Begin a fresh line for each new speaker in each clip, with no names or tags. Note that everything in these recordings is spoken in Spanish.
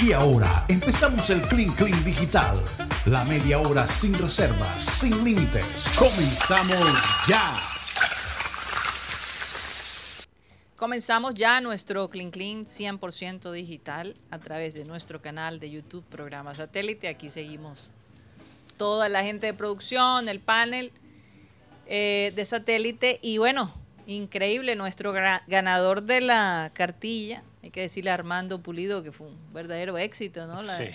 Y ahora empezamos el Clean Clean Digital. La media hora sin reservas, sin límites. Comenzamos ya.
Comenzamos ya nuestro Clean Clean 100% digital a través de nuestro canal de YouTube Programa Satélite. Aquí seguimos toda la gente de producción, el panel eh, de satélite. Y bueno, increíble, nuestro gra- ganador de la cartilla, hay que decirle a Armando Pulido que fue un verdadero éxito, ¿no? La-
Sí.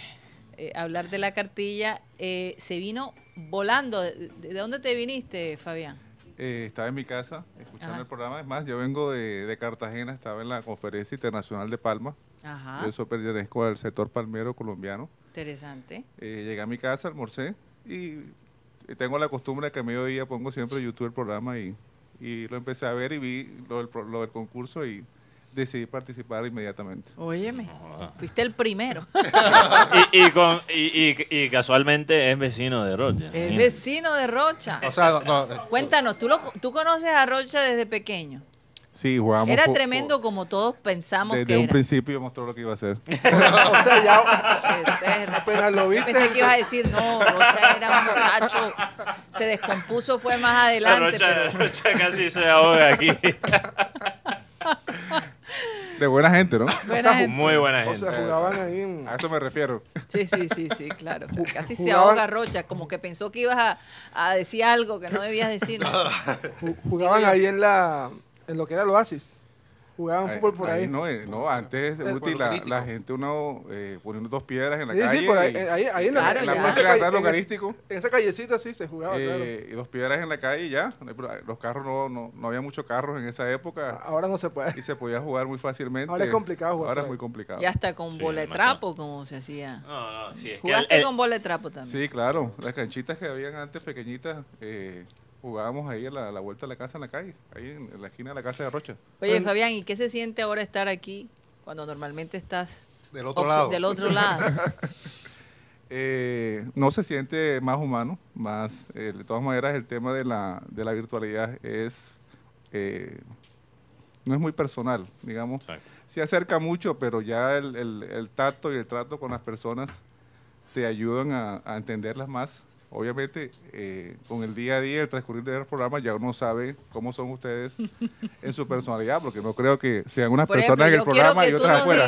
eh, hablar de la cartilla, eh, se vino volando. ¿De, de dónde te viniste, Fabián?
Eh, estaba en mi casa escuchando
Ajá.
el programa. Es más, yo vengo de, de Cartagena, estaba en la Conferencia Internacional de Palma.
Ajá,
Yo soy pertenezco al sector palmero colombiano.
interesante.
Eh, llegué a mi casa, almorcé y eh, tengo la costumbre que a mediodía pongo siempre YouTube el programa y, y lo empecé a ver y vi lo del, pro- lo del concurso y decidí participar inmediatamente.
Óyeme, fuiste el primero.
Y, y con- y- y- y casualmente es vecino de Roger.
El vecino de Rocha.
O sea, no, no,
Cuéntanos, ¿tú, lo, tú conoces a Rocha desde pequeño.
Sí, jugamos.
Era
fu- fu-
tremendo como todos pensamos
Desde
que
un
era.
principio mostró lo que iba a hacer.
o sea, ya
Ese es-
apenas lo viste.
Pensé que ibas a decir, no, Rocha era un muchacho, se descompuso, fue más adelante.
Rocha,
pero-
Rocha casi se ahoga aquí.
De buena gente, ¿no?
Buena gente.
Muy buena
O
gente.
sea, jugaban
ah,
ahí. en-
A eso me refiero.
Sí, sí, sí, sí, claro. Casi se
jugaban-
ahoga Rocha, como que pensó que ibas a, a decir algo que no debías decir.
ju- Jugaban ahí en la. En lo que era el Oasis. Jugaban
Ay,
fútbol por ahí.
No, eh, no, antes
Por lo
útil, la, la gente uno eh, poniendo dos piedras en la
Sí,
calle.
sí, por ahí, eh,
y-
ahí, ahí en la,
Claro,
en
la
ya.
plaza
esa
de
calle-
Catán
en esa-
Eucarístico.
En esa callecita sí se jugaba, claro.
eh, y dos piedras en la calle y ya. No hay pro- Los carros no, no, no había muchos carros en esa época
Ahora no se puede.
y se podía jugar muy fácilmente.
Ah, Ahora es complicado jugar
Ahora
por
es
ahí.
muy complicado.
Y hasta con
Sí,
bola de
demasiado.
trapo, como se hacía.
No, no, sí, es que eh,
Jugaste
el-
con bola de trapo también.
Sí, claro. Las canchitas que habían antes pequeñitas, eh, jugábamos ahí a la, a la vuelta de la casa en la calle, ahí en, en la esquina de la casa de Rocha.
Oye, Fabián, ¿y qué se siente ahora estar aquí cuando normalmente estás
Del otro
obs-
lado.
Del otro lado.
Eh, no se siente más humano, más, eh, de todas maneras, el tema de la, de la virtualidad es, eh, no es muy personal, digamos.
Exacto.
se acerca mucho, pero ya el, el- el tacto y el trato con las personas te ayudan a, a entenderlas más. Obviamente, eh, con el día a día, el transcurrir de los programas, ya uno sabe cómo son ustedes en su personalidad, porque no creo que sean unas
Por
personas
ejemplo,
en el
yo quiero
programa
que
y
tú
otras
nos
afuera.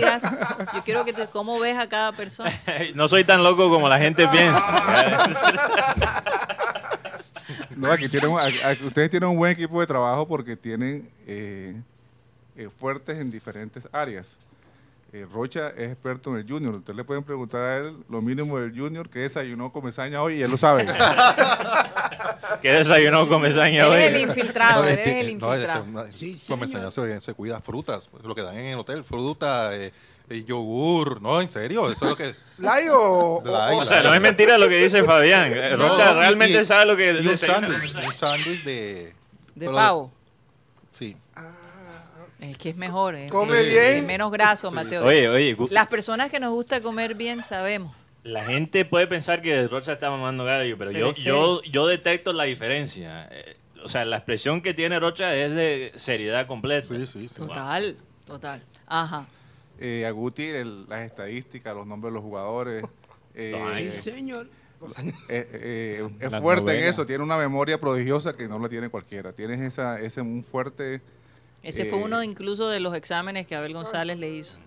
digas, yo quiero que tú, ¿cómo ves a cada persona?
No soy tan loco como la
Ah.
gente piensa.
No, aquí tienen, un- aquí- aquí ustedes tienen un buen equipo de trabajo porque tienen eh, eh, fuertes en diferentes áreas. Eh, Rocha es experto en el junior. Ustedes le pueden preguntar a él lo mínimo del junior que desayunó comezaña hoy y él lo sabe.
que desayunó con mesaña
Eres el
hoy.
infiltrado,
No,
eres
este-
el
no, este-
infiltrado.
no, Come Señal se, se cuida frutas, lo que dan en el hotel, fruta, eh, eh, yogur, no, en serio, eso es lo que...
¿Layo o.?
de la-
O sea, no es mentira lo que dice Fabián. Eh,
No,
Rocha
y-
realmente
y-
sabe lo que
y un
desayuna.
sándwich, un sándwich de...
De
pero-
pavo.
Sí.
Es que es mejor, es
Come bien.
menos graso, Mateo.
Oye, oye, gu-
Las personas que nos gusta comer bien sabemos.
La gente puede pensar que Rocha está mamando gallo, pero,
Pero
yo,
es
yo, yo detecto la diferencia. Eh, O sea, la expresión que tiene Rocha es de seriedad completa.
Sí, sí, sí.
Total, total. Ajá.
eh, a Guti el- las estadísticas, los nombres de los jugadores. eh,
Ay,
eh, eh, es
Las
fuerte en
novelas.
eso, tiene una memoria prodigiosa que no la tiene cualquiera. Tienes esa, ese un fuerte.
Ese fue
Eh,
uno incluso de los exámenes que Abel González le hizo.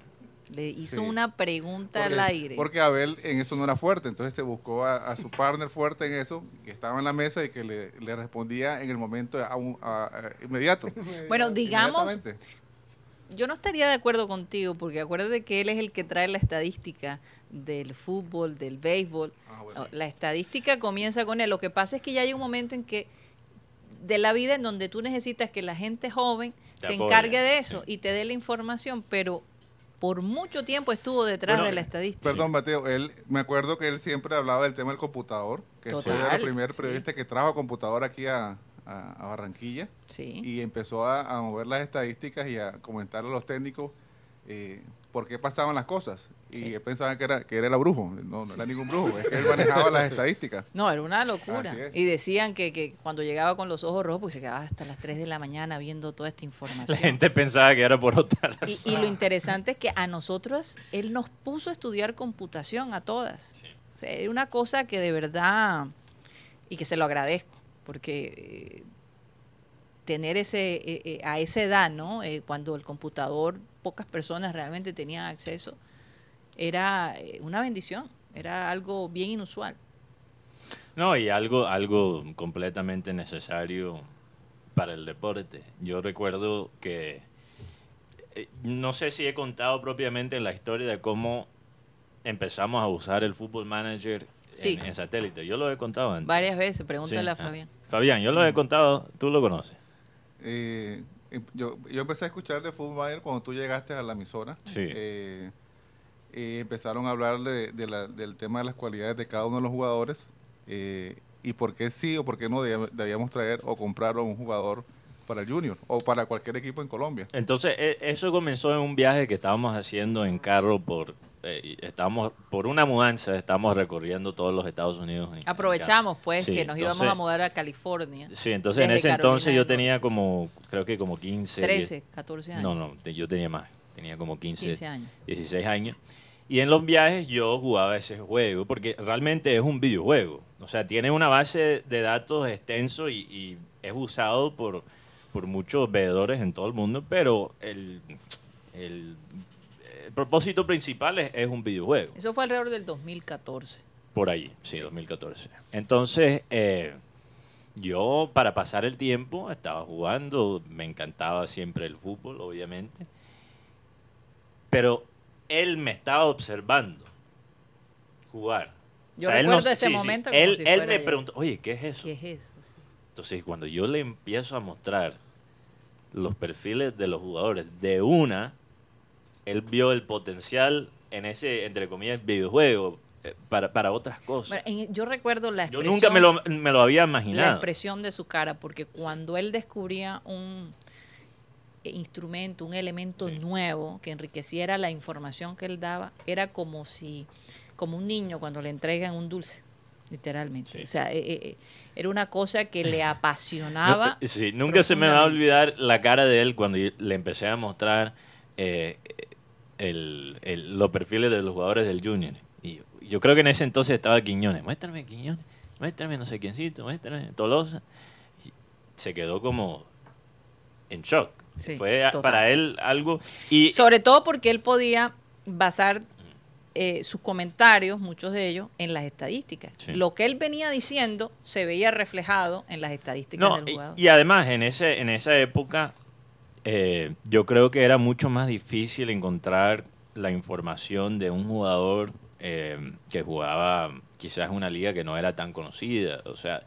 Le hizo
Sí.
una pregunta
Porque,
al aire.
porque Abel en eso no era fuerte, entonces se buscó a, a su partner fuerte en eso, que estaba en la mesa y que le, le respondía en el momento a un- a- a- inmediato.
Bueno, digamos,
Inmediatamente.
yo no estaría de acuerdo contigo, porque acuérdate que él es el que trae la estadística del fútbol, del béisbol.
Ah, bueno.
La estadística comienza con él. Lo que pasa es que ya hay un momento en que de la vida en donde tú necesitas que la gente joven
Te
se
apoye,
encargue de eso
sí.
y te dé la información, pero por mucho tiempo estuvo detrás
Bueno, eh,
de la estadística.
Perdón, Mateo, él, me acuerdo que él siempre hablaba del tema del computador, que fue
Total,
el primer
sí.
periodista que trajo computador aquí a- a- a Barranquilla.
Sí.
y empezó a, a mover las estadísticas y a comentar a los técnicos eh, por qué pasaban las cosas. Y él pensaba que era, que él era brujo. No, no era ningún brujo, es que él manejaba las estadísticas.
No, era una locura.
Así es.
Y decían que, que cuando llegaba con los ojos rojos, porque se quedaba hasta las 3 de la mañana viendo toda esta
La
información.
gente pensaba que era por otra
Y,
razón.
y lo interesante es que a nosotras él nos puso a estudiar computación a todas. O sea, era una cosa que de verdad, y que se lo agradezco, porque eh, tener ese, eh, eh, a esa edad, ¿no? Eh, cuando el computador, pocas personas realmente tenían acceso, era eh, una bendición, era algo bien inusual.
No, y algo, algo completamente necesario para el deporte. Yo recuerdo que, eh, no sé si he contado propiamente la historia de cómo empezamos a usar el Football Manager en-
Sí.
en, satélite. Yo lo he contado antes.
Varias veces,
Sí,
pregúntale a
ah.
Fabián. Mm.
Fabián, yo lo he contado, tú lo conoces.
Eh, em- yo, yo empecé a escuchar de Fútbol Manager cuando tú llegaste a la emisora.
Sí.
Eh, eh, empezaron a hablar de, de la- del tema de las cualidades de cada uno de los jugadores eh, y por qué sí o por qué no debíamos, debíamos traer o comprar a un jugador para el Junior o para cualquier equipo en Colombia.
Entonces, e- eso comenzó en un viaje que estábamos haciendo en carro por... eh, y estábamos por una mudanza, estábamos recorriendo todos los Estados Unidos. en- en carro.
Aprovechamos pues
Sí,
que nos íbamos
entonces-
a mudar a California.
Sí, entonces en
Desde
ese
Carolina
entonces yo
del
tenía
Norte, sí.
como, creo que como 15.
13, 14 años.
No, no, te- yo tenía más. Tenía como 15,
15 años.
16 años. Y en los viajes yo jugaba ese juego porque realmente es un videojuego. O sea, tiene una base de datos extenso y, y es usado por, por muchos veedores en todo el mundo, pero el, el, el propósito principal es, es un videojuego.
Eso fue alrededor del 2014.
Por ahí, sí, 2014. Entonces, eh, yo para pasar el tiempo estaba jugando, me encantaba siempre el fútbol, obviamente, pero él me estaba observando jugar.
Yo
él
recuerdo ese momento como
él,
si
él
fuera
me
ayer.
preguntó, oye, ¿qué es eso?
¿Qué es eso? Sí.
Entonces, cuando yo le empiezo a mostrar los perfiles de los jugadores de una, él vio el potencial en ese, entre comillas, videojuego eh, para, para otras cosas.
Bueno, en- yo recuerdo la
Yo
expresión,
nunca me lo, me lo había
la
imaginado.
expresión de su cara, porque cuando él descubría un eh, instrumento, un elemento
Sí.
nuevo que enriqueciera la información que él daba, era como si, como un niño cuando le entregan un dulce, literalmente.
Sí.
O sea, eh, eh, eh, era una cosa que le apasionaba.
Nu- sí, nunca se me va a olvidar la cara de él cuando yo le empecé a mostrar eh, el- el- los perfiles de los jugadores del Junior. Y yo, yo creo que en ese entonces estaba Quiñones. Muéstrame Quiñones, muéstrame no sé quiéncito, muéstrame Tolosa. Y se quedó como en shock.
Sí,
Fue a-
total.
para él algo. Y
Sobre todo porque él podía basar eh, sus comentarios, muchos de ellos, en las estadísticas.
Sí.
Lo que él venía diciendo se veía reflejado en las estadísticas
No,
del
y,
jugador.
y además en ese en esa época eh, yo creo que era mucho más difícil encontrar la información de un jugador eh, que jugaba quizás una liga que no era tan conocida. O sea,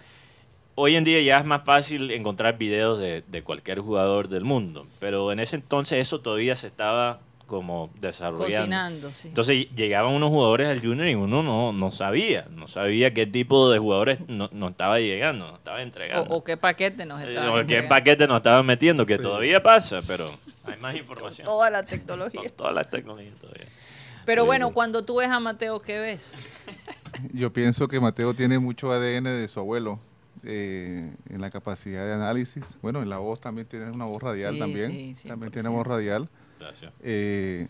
hoy en día ya es más fácil encontrar videos de, de cualquier jugador del mundo, pero en ese entonces eso todavía se estaba como desarrollando.
cocinando, sí.
Entonces llegaban unos jugadores al Junior y uno no, no sabía, no sabía qué tipo de jugadores nos no estaba llegando, nos estaba
o,
entregando.
o qué paquete nos
Eh,
estaba
o qué
entregando.
paquete nos estaban metiendo, que todavía pasa, pero hay más información.
Toda la
Con
tecnología.
todas las tecnologías todavía.
Pero
Sí,
bueno,
sí.
cuando tú ves a Mateo, ¿qué ves?
Yo pienso que Mateo tiene mucho ADN de su abuelo eh, en la capacidad de análisis. Bueno, en la voz también tiene una voz radial
Sí,
también.
sí,
también
100%.
tiene voz radial.
Gracias.
Eh,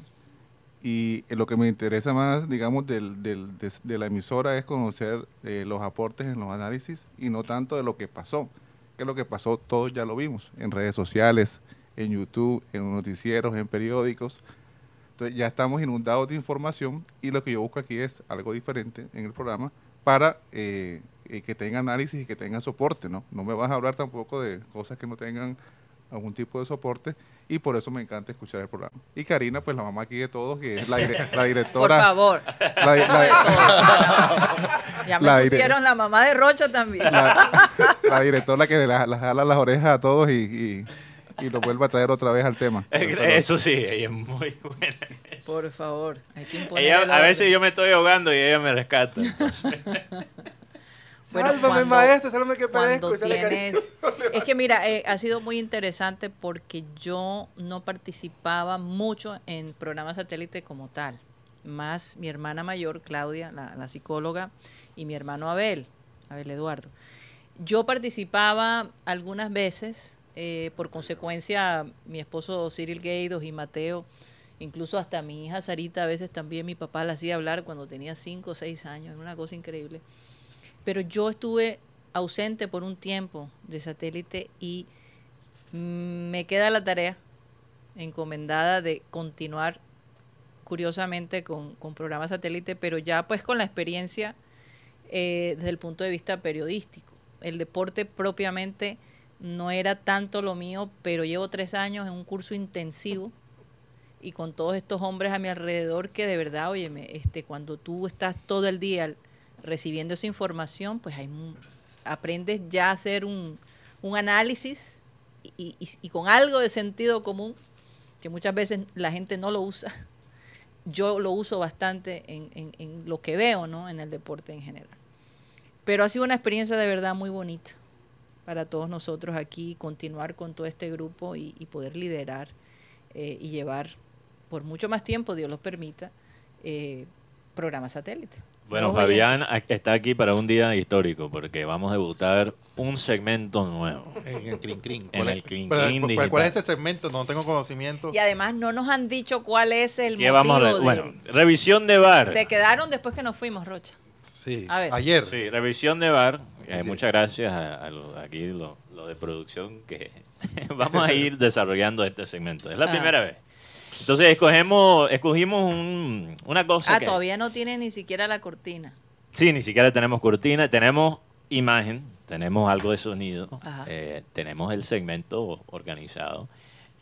y lo que me interesa más, digamos, del- del- de, de la emisora es conocer eh, los aportes en los análisis y no tanto de lo que pasó. Que lo que pasó todos ya lo vimos en redes sociales, en YouTube, en noticieros, en periódicos. Entonces ya estamos inundados de información y lo que yo busco aquí es algo diferente en el programa para eh, eh, que tenga análisis y que tenga soporte, ¿no? No me vas a hablar tampoco de cosas que no tengan algún tipo de soporte y por eso me encanta escuchar el programa. Y Karina, pues la mamá aquí de todos, que es la, dire- la
Por
directora.
favor.
la di- la-
Ya me
La aire.
pusieron la mamá de Rocha también.
la- la directora que las la jala las orejas a todos y, y, y lo vuelve a traer otra vez al tema. Pero-
Eso sí, ella es muy buena.
Por favor. Hay que imponer
Ella,
el
a
orden.
veces yo me estoy ahogando y ella me rescata. entonces.
Bueno,
sálvame,
cuando-
maestro, sálvame que perezco.
cuando
Y sale cariño.
tienes... Es que mira, eh, ha sido muy interesante porque yo no participaba mucho en programas satélite como tal. Más mi hermana mayor, Claudia, la, la psicóloga, y mi hermano Abel, Abel Eduardo. Yo participaba algunas veces, eh, por consecuencia, mi esposo Cyril Gaidos y Mateo, incluso hasta mi hija Sarita, a veces también mi papá la hacía hablar cuando tenía cinco o seis años, era una cosa increíble pero yo estuve ausente por un tiempo de satélite y mm, me queda la tarea encomendada de continuar curiosamente con, con programa satélite, pero ya pues con la experiencia eh, desde el punto de vista periodístico. El deporte propiamente no era tanto lo mío, pero llevo tres años en un curso intensivo y con todos estos hombres a mi alrededor que de verdad, óyeme, este, cuando tú estás todo el día recibiendo esa información, pues hay, mu- aprendes ya a hacer un, un análisis y, y- y con algo de sentido común, que muchas veces la gente no lo usa. Yo lo uso bastante en, en- en lo que veo, ¿no? En el deporte en general. Pero ha sido una experiencia de verdad muy bonita para todos nosotros aquí, continuar con todo este grupo y, y poder liderar eh, y llevar por mucho más tiempo, Dios los permita, eh, programa satélite.
Bueno,
Nuevos
Fabián
oyentes.
a- está aquí para un día histórico porque vamos a debutar un segmento nuevo.
En el crin crin.
En
¿Cuál
el
es-
crin
cuál-
crin
cuál-
digital.
¿Cuál es ese segmento? No tengo conocimiento.
Y además no nos han dicho cuál es el
¿Qué
motivo.
vamos a
de-
ver? Bueno, revisión de bar.
se quedaron después que nos fuimos, Rocha.
Sí,
A ver.
ayer.
Sí, revisión de bar. Eh,
Ok.
Muchas gracias a, a lo- aquí lo, lo de producción que vamos a ir desarrollando este segmento. Es la
Ah.
primera vez. Entonces escogemos, escogimos un- una cosa
ah,
que
todavía no tiene ni siquiera la cortina.
sí, ni siquiera tenemos cortina, tenemos imagen, tenemos algo de sonido,
Ajá.
eh, tenemos el segmento organizado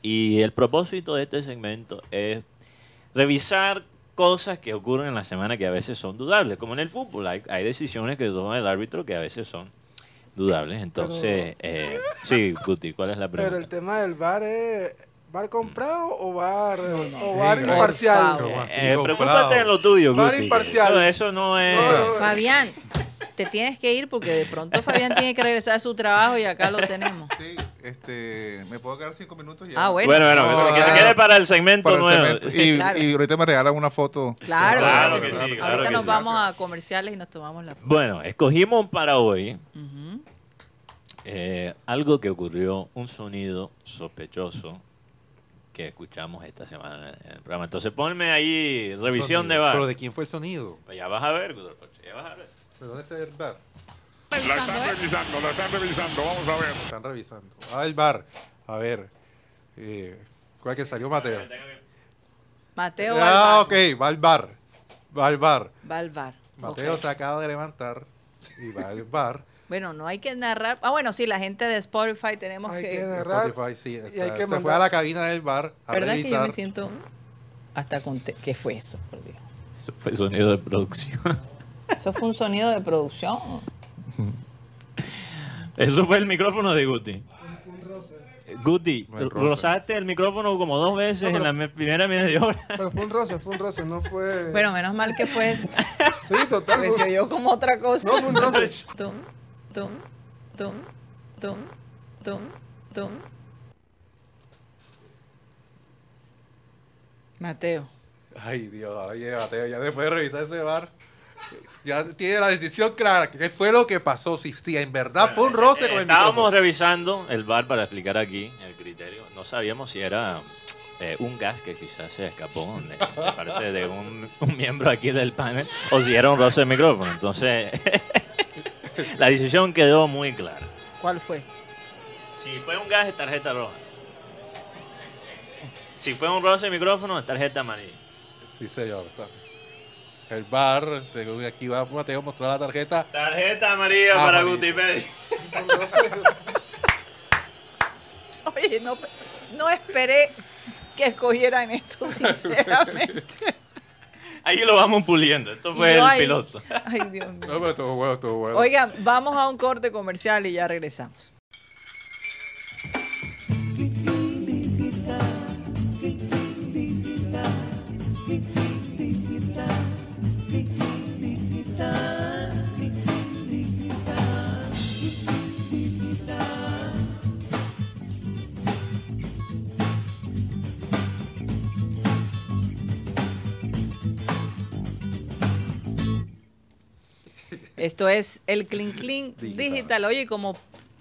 y el propósito de este segmento es revisar cosas que ocurren en la semana que a veces son dudables, como en el fútbol, hay, hay decisiones que toma el árbitro que a veces son dudables. Entonces, eh, sí, Guti, ¿cuál es la pregunta?
Pero el tema del bar es. ¿Bar comprado o bar, o bar
Venga,
imparcial?
por
¿Cómo así,
Eh,
comprado?
preocúpate de lo tuyo,
Bar
Guti.
imparcial.
Eso, eso no es.
No,
Fabián, te tienes que ir porque de pronto Fabián tiene que regresar a su trabajo y acá lo tenemos.
Sí, este, me puedo quedar cinco minutos y ya.
Ah, bueno.
Bueno, bueno,
No,
que se
ah,
quede para el segmento
Para el
nuevo.
segmento. Y,
Claro.
y ahorita me regalan una foto.
Claro,
Claro
que
que
sí.
sí, claro
Ahorita
que
nos
sí.
vamos a comerciales y nos tomamos la foto.
Bueno, escogimos para hoy
Ujú.
eh, algo que ocurrió, un sonido sospechoso que escuchamos esta semana en el programa. Entonces ponme ahí revisión
Sonido.
de bar.
¿Pero de quién fue el sonido?
Ya vas a ver, Guti, ya vas a ver.
¿De dónde está el bar?
La están revisando, la están revisando, vamos a ver.
Están revisando. Ah, el bar. A ver. Eh, ¿Cuál que salió, Mateo?
Mateo va
Ah,
al bar.
ok. Va al bar. Va al bar.
Va al bar.
Mateo
Ok.
se acaba de levantar y va al bar.
Bueno, no hay que narrar. Ah, bueno, sí, la gente de Spotify tenemos
Hay
que...
que narrar.
Spotify, sí. o
Y
sea,
hay que
se fue
mandar-
a la cabina del bar a
¿Verdad que yo
revisar.
me siento hasta contenta? ¿Qué fue eso? Por Dios?
Eso fue sonido de producción.
Eso fue un sonido de producción.
Eso fue el micrófono de Guti. Guti,
Buen roce.
rozaste el micrófono como dos veces en la me- primera media hora.
Pero fue un roce, fue un roce, no fue.
Bueno, menos mal que fue eso.
sí, total.
Porque
fue-
se oyó como otra cosa.
No, fue un roce.
Tum, tum, tum, tum, tum, tum. Mateo.
Ay, Dios, ahora llega Mateo, ya después de revisar ese bar, ya tiene la decisión clara. ¿Qué fue lo que pasó? Si, si en verdad fue un roce con el
Estábamos
micrófono.
revisando el bar para explicar aquí el criterio. No sabíamos si era eh, un gas que quizás se escapó de, de parte de un, un miembro aquí del panel o si era un roce de micrófono. Entonces, la decisión quedó muy clara.
¿Cuál fue?
Si fue un gas, es tarjeta roja. Si fue un roce de micrófono, es tarjeta amarilla.
Sí, señor. está. El bar, según aquí va Mateo, mostró la tarjeta.
Tarjeta amarilla
Ah,
para
amarilla.
Guti Pérez.
Oye, no, no esperé que escogieran eso, sinceramente.
Ahí lo vamos puliendo. Esto fue
Yo
el
ahí-
piloto.
Ay, Dios mío.
No, pero estuvo bueno, estuvo bueno.
Oigan, vamos a un corte comercial y ya regresamos. Esto es el Clean Clean digital. Oye, y como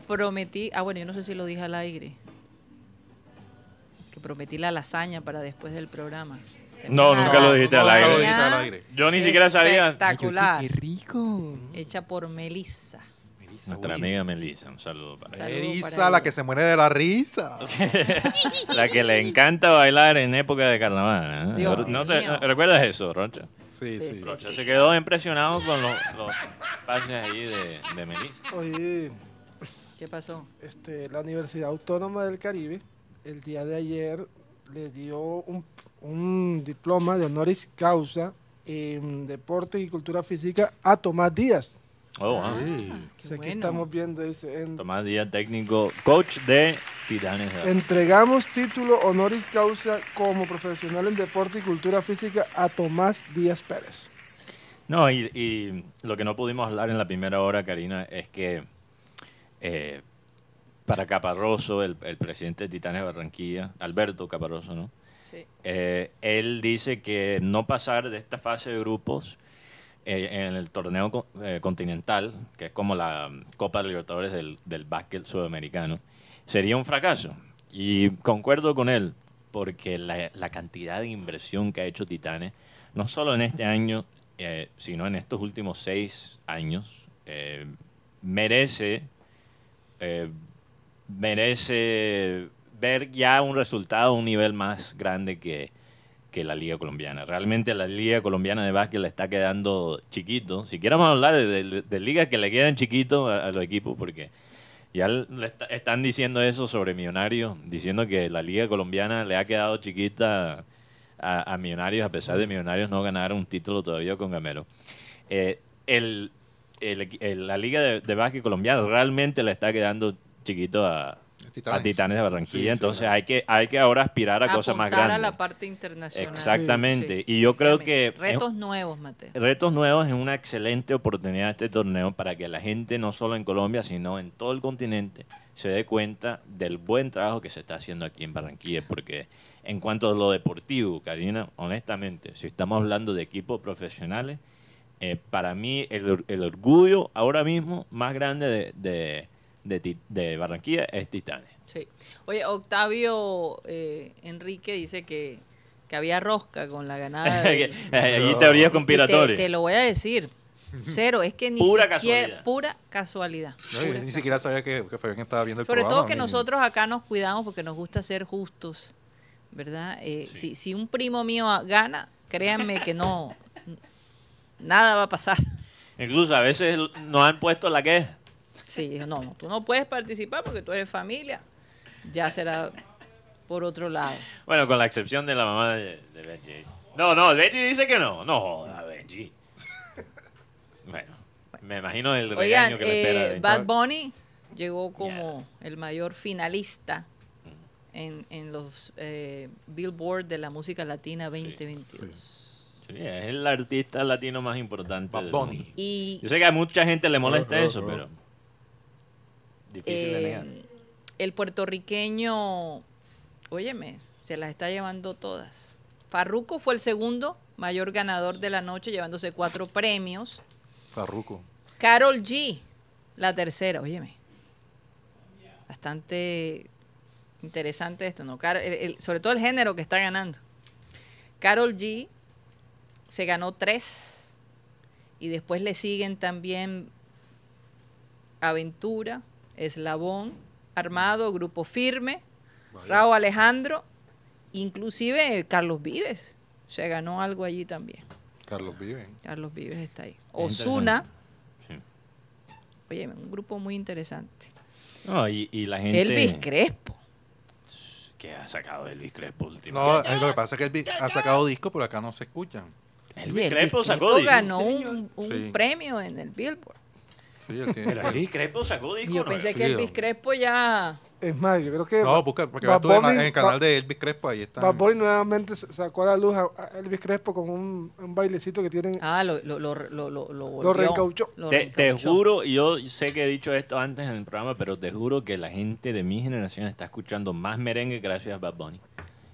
prometí, ah, bueno, yo no sé si lo dije al aire, que prometí la lasaña para después del programa. Se me
No,
una
nunca lo dijiste al
lasaña
aire.
Nunca lo dijiste al aire.
Yo ni siquiera sabía.
Ay, yo,
Espectacular.
qué, qué rico.
Hecha por Melissa.
Nuestra amiga Melissa, un saludo para ella.
Saludo para
Risa,
ella.
la que se muere de la risa.
La que le encanta bailar en época de carnaval. ¿eh?
Dios
¿No te-
mío.
¿Recuerdas eso, Rocha?
Sí,
Sí, sí.
sí.
Rocha se quedó impresionado con los, los pases ahí de, de Melissa.
Oye,
¿Qué pasó?
este, la Universidad Autónoma del Caribe, el día de ayer le dio un, un diploma de honoris causa en deporte y cultura física a Tomás Díaz.
Oh, wow.
Qué
Sé que
bueno.
estamos viendo ese. en-
Tomás Díaz, técnico, coach de Titanes. de-
entregamos título honoris causa como profesional en deporte y cultura física a Tomás Díaz Pérez.
No, y, y lo que no pudimos hablar en la primera hora, Karina, es que eh, para Caparroso, el, el presidente de Titanes de Barranquilla, Alberto Caparroso, ¿no?
Sí.
Eh, él dice que no pasar de esta fase de grupos eh, en el torneo co- eh, continental, que es como la mm, Copa Libertadores del, del básquet sudamericano, sería un fracaso. Y concuerdo con él, porque la, la cantidad de inversión que ha hecho Titanes, no solo en este año, eh, sino en estos últimos seis años, eh, merece eh, merece ver ya un resultado a un nivel más grande que, que la Liga Colombiana. Realmente la Liga Colombiana de Básquet le está quedando chiquito. Si queremos hablar de, de- de ligas que le quedan chiquito a, a los equipos, porque ya le está- están diciendo eso sobre Millonarios, diciendo que la Liga Colombiana le ha quedado chiquita a, a Millonarios, a pesar de Millonarios no ganar un título todavía con Gamero. Eh, el, el equi- el- la liga de, de básquet colombiana realmente le está quedando chiquito a a Titanes,
Titanes.
de Barranquilla,
Sí, sí,
entonces
claro.
hay que hay que ahora aspirar a cosas más
Apuntar
grandes.
a la parte internacional.
Exactamente,
Sí.
y yo creo que
Obviamente. Retos nuevos, Mateo.
Retos Nuevos es una excelente oportunidad de este torneo para que la gente, no solo en Colombia, sino en todo el continente, se dé cuenta del buen trabajo que se está haciendo aquí en Barranquilla. Porque en cuanto a lo deportivo, Karina, honestamente, si estamos hablando de equipos profesionales, eh, para mí el, or- el orgullo ahora mismo más grande de, de- de Ti- de Barranquilla es Titanes.
Sí. Oye, Octavio eh, Enrique dice que, que había rosca con la ganada. del-
Allí teorías
Y Te, te
conspiratorias.
lo voy a decir. Cero, es que ni
Pura
siquiera-
casualidad.
pura casualidad.
No, yo ni siquiera sabía que, que Fabián estaba viendo el
Sobre
programa,
todo que
ni-
nosotros acá nos cuidamos porque nos gusta ser justos, ¿verdad? Eh, si, si un primo mío gana, créanme que no, nada va a pasar.
Incluso a veces nos han puesto la queja.
Sí, no, no, tú no puedes participar porque tú eres familia. Ya será por otro lado.
Bueno, con la excepción de la mamá de, de Benji. No, no, Benji dice que no. No joda, Benji. Bueno, me imagino el regaño
Oigan,
que le espera. a
eh,
Benji.
Bad Bunny llegó como el mayor finalista en, en los eh, Billboard de la música latina 2022.
Sí, es el artista latino más importante.
Bad
del
Bunny.
mundo.
Y
Yo sé que a mucha gente le molesta eso, pero. Difícil de
eh,
negar.
el puertorriqueño, óyeme, se las está llevando todas. Farruco fue el segundo mayor ganador de la noche, llevándose cuatro premios.
Farruko.
Carol G, la tercera, óyeme. Bastante interesante esto, ¿no? Car- el- el- sobre todo el género que está ganando. Carol G se ganó tres y después le siguen también Aventura, Eslabón, Armado, Grupo Firme, Raúl Alejandro, inclusive eh, Carlos Vives. Se ganó algo allí también.
Carlos Viven.
Carlos Vives está ahí.
interesante.
Osuna.
Sí.
Oye, un grupo muy interesante.
No, y, y la gente.
Elvis Crespo.
que ha sacado Elvis Crespo últimamente.
No, eh, lo que pasa es que él vi- ha sacado disco, pero acá no se escuchan.
Oye,
Elvis Crespo sacó disco.
ganó un, un
Sí.
premio en el Billboard.
Sí, él tiene.
Pero Elvis Crespo sacó
Y
disco.
yo
¿no?
pensé
sí,
que Elvis
don.
Crespo ya...
Es más, yo creo que
No, busca, porque
Bad
tú en, la-
Bunny-
en el canal
Ba-
de Elvis Crespo, ahí está.
Bad Bunny nuevamente s- sacó a la luz a a Elvis Crespo con un, un bailecito que tienen.
Ah, lo, lo, lo, lo, lo, lo volvió,
Lo reencauchó.
lo
Te, te
reencauchó.
juro, yo sé que he dicho esto antes en el programa, pero te juro que la gente de mi generación está escuchando más merengue gracias a Bad Bunny.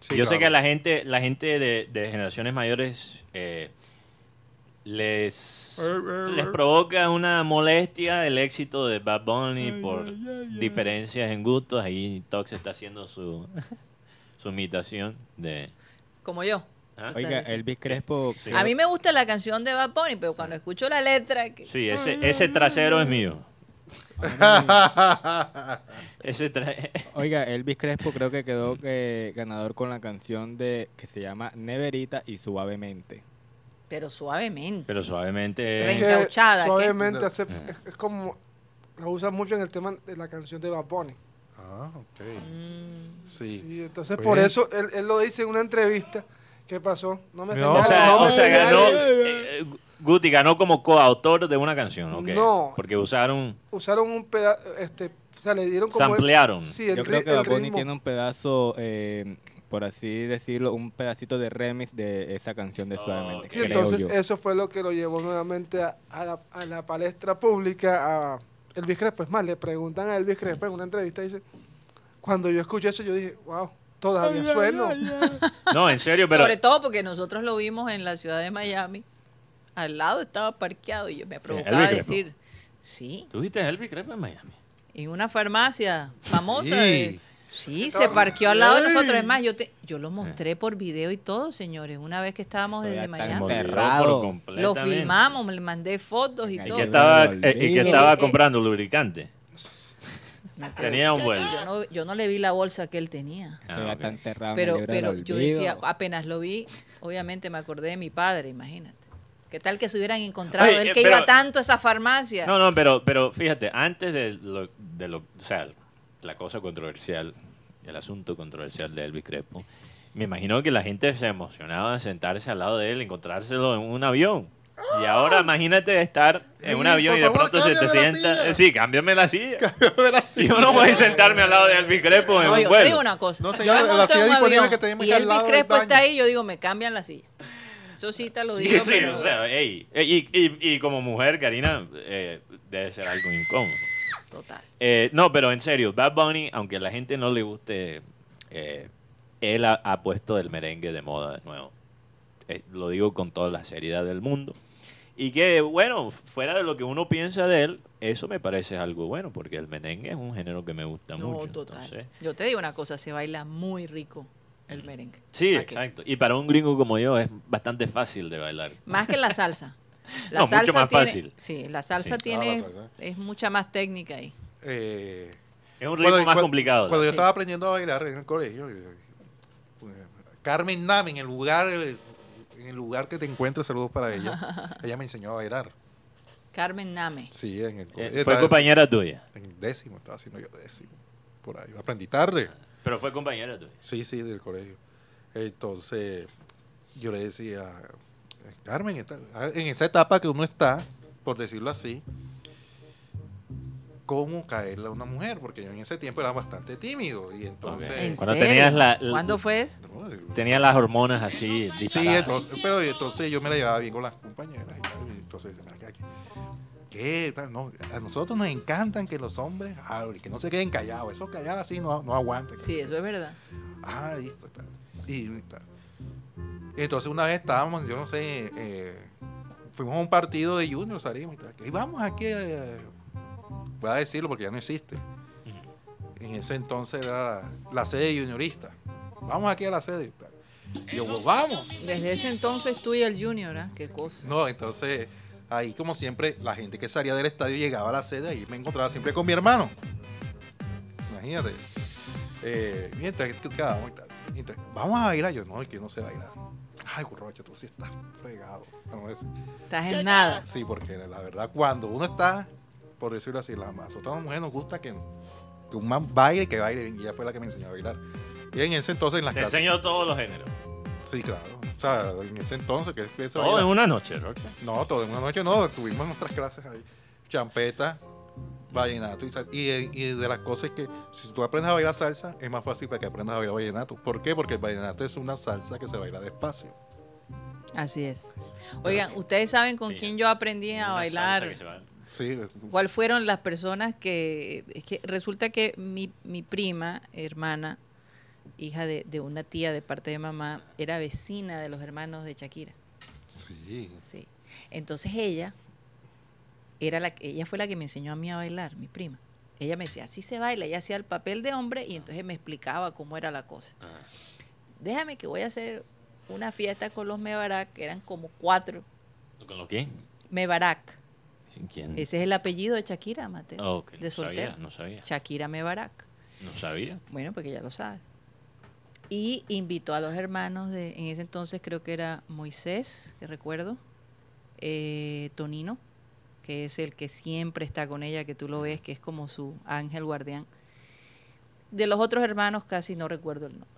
Sí,
yo sé
claro.
que la gente, la gente de, de generaciones mayores eh, les, les provoca una molestia el éxito de Bad Bunny por diferencias en gustos. Ahí Tox está haciendo su, su imitación de...
Como yo.
¿Ah?
Oiga, Elvis Crespo. creo-
A mí me gusta la canción de Bad Bunny, pero cuando escucho la letra... que-
Sí, ese, ese trasero es mío. ese tra-
Oiga, Elvis Crespo creo que quedó eh, ganador con la canción de que se llama Neverita y Suavemente.
Pero suavemente.
Pero
Es
suavemente... eh,
que
Encauchada, ¿qué?
suavemente
No.
hace- es, es como la usan mucho en el tema de la canción de Bad Bunny.
Ah, ok.
Mm,
Sí.
Sí, entonces
Muy
por
bien.
eso él, él lo dice en una entrevista. ¿Qué pasó? No me
No,
O sea,
señales, no
o
me
sea, ganó...
señales.
eh, eh, Guti ganó como coautor de una canción, ¿ok?
No.
Porque usaron...
Usaron un pedazo, este, o sea, le dieron como... el-
Samplearon.
sí, el,
Yo
ri-
creo que
el
Bad Bunny
ritmo.
tiene un pedazo, eh, por así decirlo, un pedacito de remix de esa canción de
Oh,
Suavemente.
ok.
Sí,
creo
entonces
yo.
eso fue lo que lo llevó nuevamente a, a la, a la palestra pública a Elvis Crespo. Es más, le preguntan a Elvis Crespo en una entrevista, dice, cuando yo escuché eso yo dije, wow, todavía sueno.
No, en serio, pero...
Sobre todo porque nosotros lo vimos en la ciudad de Miami. Al lado estaba parqueado y yo me provocaba
Elvis Crespo.
decir, sí,
¿Tú viste a Elvis Crespo en Miami?
en una farmacia famosa.
Sí.
de- Sí, se parqueó al lado de nosotros. Es más, yo, te, yo lo mostré por video y todo, señores, una vez que estábamos
Eso ya
desde
está
Se me
Miami.
enterado.
olvidó
Perrado.
por
Lo
completamente.
filmamos, le mandé fotos y
Ay,
Y
todo.
que
Yo
estaba,
me lo
eh, y que
olvido.
estaba
Eh,
comprando lubricante.
Me quedé-
Tenía un vuelo.
Yo no, yo no le vi la bolsa que él tenía.
Se
Ah,
va
ok.
tan enterrado en el
Pero,
libro del
pero yo
olvido.
decía, apenas lo vi, obviamente me acordé de mi padre, imagínate. ¿Qué tal que se hubieran encontrado?
Oye,
él
eh,
que
pero-
iba tanto a esa farmacia.
No, no, pero, pero fíjate, antes de lo, de lo, o sea, la cosa controversial, el asunto controversial de Elvis Crespo, me imagino que la gente se emocionaba de sentarse al lado de él, encontrárselo en un avión. Y ahora imagínate estar en un
Sí,
avión y
por
de
favor,
pronto se te
cámbiame la
sienta.
silla.
Sí, cámbiame la silla.
Verás, sí.
Yo no voy a sentarme al lado de Elvis Crespo en
No,
un
yo te
vuelo.
digo una cosa.
No,
Yo
señora,
me
la
monto en
silla
un
disponible
avión
que tenemos
Y
acá al
Elvis
lado del
Crespo está
baño.
ahí, yo digo, me cambian la silla. Eso sí te lo digo.
Sí, sí,
pero-
o sea, ey, ey, y, y- y como mujer, Karina, eh, debe ser algo incómodo.
Total.
Eh, no, pero en serio, Bad Bunny, aunque a la gente no le guste, eh, él ha, ha puesto el merengue de moda de nuevo. Eh, lo digo con toda la seriedad del mundo. Y que, bueno, fuera de lo que uno piensa de él, eso me parece algo bueno, porque el merengue es un género que me gusta
No,
mucho.
total.
entonces-
Yo te digo una cosa, se baila muy rico el merengue.
sí,
¿Para qué?
exacto. Y para un gringo como yo es bastante fácil de bailar.
Más que la salsa. La
No, mucho
salsa
más
tiene-
fácil.
Sí, la salsa
Sí.
tiene.
Ah, la salsa.
Es mucha más técnica ahí.
Eh,
Es un ritmo
cuando-
más
cuando-
complicado.
Cuando yo
Sí.
estaba aprendiendo a bailar en el colegio, eh, eh, Carmen Nam, en el lugar, eh, en el lugar que te encuentres, saludos para ella. ella me enseñó a bailar.
Carmen Name.
Sí, en el
Eh,
colegio.
fue
Estaba-
compañera tuya.
En el décimo, estaba haciendo yo décimo. Por ahí. Aprendí tarde.
Pero fue compañera tuya.
Sí, sí, del colegio. Entonces, yo le decía, "Eh, Carmen, esta- ah, en esa etapa que uno está, por decirlo así, ¿cómo caerle a una mujer? Porque yo en ese tiempo era bastante tímido y entonces...
Ok.
¿En
Cuando
serio?
tenías la- la-
¿Cuándo fue? eso?
No, sí,
Tenía las hormonas así
Sí,
disparadas.
entonces, pero entonces yo me la llevaba bien con las compañeras. y tal, y entonces, ¿qué? ¿qué? tal? No, a nosotros nos encantan que los hombres hablen, que no se queden callados. Esos callados así no, no aguantan.
Sí, eso es verdad.
Ah, listo. Tal. Y tal. Entonces una vez estábamos, yo no sé, eh, fuimos a un partido de Junior, salimos y tal. Y vamos aquí, eh, voy a decirlo porque ya no existe. En ese entonces era la, la sede de Juniorista. Vamos aquí a la sede y tal. Y yo, pues, vamos.
Desde ese entonces tú y el Junior, ¿ah? Qué cosa.
No, entonces ahí como siempre la gente que salía del estadio llegaba a la sede y me encontraba siempre con mi hermano. Imagínate. Eh, mientras que quedábamos y tal. Mientras- vamos a bailar yo, no, es que yo no sé bailar. Ay, borracho, tú sí estás fregado. Para no decir-
Estás en nada.
Sí, porque la verdad, cuando uno está, por decirlo así, la más otra mujer nos gusta que, que un man baile, que baile bien. Y ella fue la que me enseñó a bailar. Y en ese entonces en las
Te
clases.
enseñó todos los géneros.
Sí, claro. O sea, en ese entonces que empezó a
Todo
bailar.
en una noche, Rocha.
No, toda una noche no, tuvimos nuestras clases ahí. Champeta, vallenato y salsa. Y, eh, y de las cosas es que si tú aprendes a bailar salsa, es más fácil para que aprendas a bailar vallenato. ¿Por qué? Porque el vallenato es una salsa que se baila despacio.
Así es. Oigan, ustedes saben con
Pues, Sí.
quién yo aprendí a
Una
bailar.
salsa que se baila.
Sí,
¿Cuáles fueron las personas que.? Es que resulta que mi, mi prima, hermana, hija de, de una tía de parte de mamá, era vecina de los hermanos de Shakira.
sí.
Sí. Entonces ella era la que- ella fue la que me enseñó a mí a bailar, mi prima. Ella me decía, así se baila, ella hacía el papel de hombre y entonces me explicaba cómo era la cosa. Déjame que voy a hacer una fiesta con los Mebarak, que eran como cuatro.
¿Con lo qué?
Mebarak,
¿Quién?
ese es el apellido de Shakira, Mateo,
Mm. Ah, ok,
de
no sabía,
soltera.
no sabía.
Shakira Mebarak.
No sabía.
Bueno, porque ya lo sabes. Y invitó a los hermanos de, en ese entonces creo que era Moisés, que recuerdo, eh, Tonino, que es el que siempre está con ella, que tú lo ves, que es como su ángel guardián. De los otros hermanos casi no recuerdo el nombre.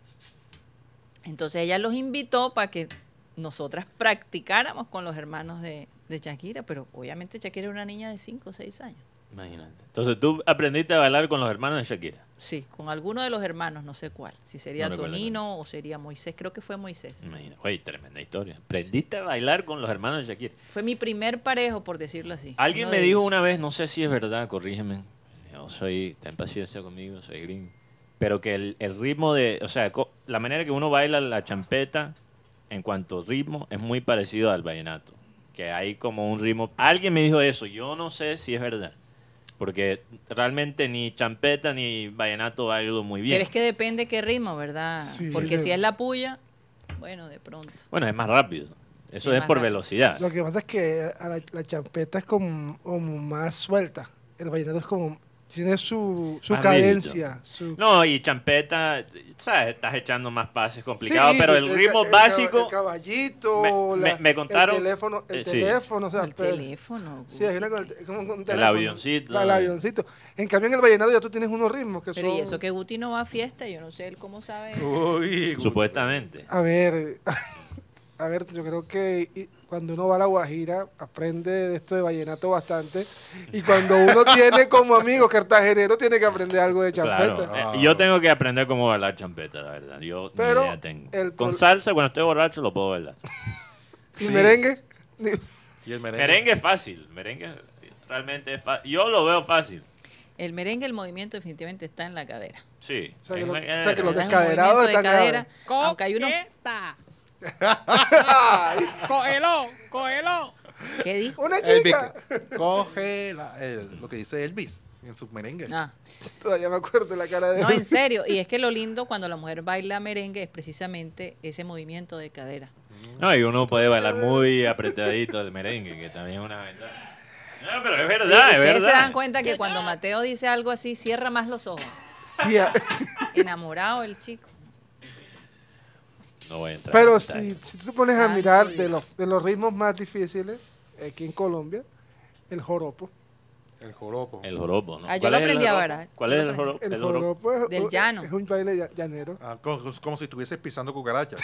Entonces ella los invitó para que nosotras practicáramos con los hermanos de, de Shakira, pero obviamente Shakira era una niña de 5 o 6 años.
Imagínate. Entonces tú aprendiste a bailar con los hermanos de Shakira.
Sí, con alguno de los hermanos, no sé cuál. Si sería
No recuerdo el
Tonino o sería Moisés. Creo que fue Moisés.
Imagínate. Oye, tremenda historia. Aprendiste a bailar con los hermanos de Shakira.
Fue mi primer parejo, por decirlo así.
Alguien
uno
me
de
dijo
ellos.
una vez, no sé si es verdad, corrígeme. Yo soy, ten paciencia conmigo, soy gringo. Pero que el, el ritmo de, o sea, co- la manera que uno baila la champeta en cuanto ritmo es muy parecido al vallenato. Que hay como un ritmo. Alguien me dijo eso, yo no sé si es verdad. Porque realmente ni champeta ni vallenato bailo muy bien.
Pero es que depende qué ritmo, ¿verdad?
Sí.
Porque
Sí.
si es la puya, bueno, de pronto.
Bueno, es más rápido. Eso
Es
es,
más
por
rápido.
velocidad.
Lo que pasa es que a la, la champeta es como, como más suelta. El vallenato es como. Tiene su, su
Más
cadencia. Su,
No, y champeta, ¿sabes? Estás echando más pases complicados,
Sí, eh,
pero el,
ca-
ritmo
ca-
básico...
El caballito.
Me-
la-
me- me contaron-
El teléfono. El
eh, sí.
teléfono. O sea,
el
pero-
teléfono.
Sí, hay una con
Guti.
el, como con un teléfono.
avioncito. eh.
La- el avioncito. En cambio, en el vallenato ya tú tienes unos ritmos que
Pero
son. Uh.
y eso que Guti no va a fiesta, yo no sé él cómo sabe.
Uy,
Supuestamente.
A ver. A ver, yo creo que y- cuando uno va a la Guajira aprende de esto de vallenato bastante. Y cuando uno tiene como amigo cartagenero, tiene que aprender algo de champeta.
Claro.
Ah.
Eh, Yo tengo que aprender cómo bailar champeta, la verdad. Yo
Pero
ni idea tengo.
el
Con
pro-
salsa, cuando estoy borracho, lo puedo bailar.
¿Y merengue?
Y el merengue.
Merengue es fácil. Merengue realmente es fácil. Yo lo veo fácil.
El merengue, el movimiento definitivamente está en la cadera.
Sí.
O sea, que
Es
lo-
la-
o sea, que
¿Verdad?
lo
eh,
Un
descaderado
movimiento de
está grave.
cadera, Aunque hay uno...
Cógelo, cógelo.
¿Qué dijo?
Una
El
chica.
Vic- Coge la- el- lo que dice Elvis en sus merengues.
Ah.
Todavía me acuerdo de la cara de
No, en serio. Y es que lo lindo cuando la mujer baila merengue es precisamente ese movimiento de cadera.
No, y uno puede bailar muy apretadito el merengue, que también es una ventaja. No, pero es verdad, es
Ustedes
verdad.
se dan cuenta que cuando Mateo dice algo así, cierra más los ojos.
Sí, a-
Enamorado el chico.
No voy a entrar en
pero
detalle.
si, si tú te pones a
Santo
mirar de
Dios.
los, de los ritmos más difíciles aquí en Colombia, el joropo.
El joropo.
El joropo, ¿no?
Ah, yo
¿Cuál
lo
es el
aprendí a
joropo?
bailar.
¿Cuál
Yo
es
lo
el joropo?
El,
El joropo.
joropo es,
Del
es-
llano.
es un baile lla- llanero.
Ah, como, como si estuvieses pisando cucarachas.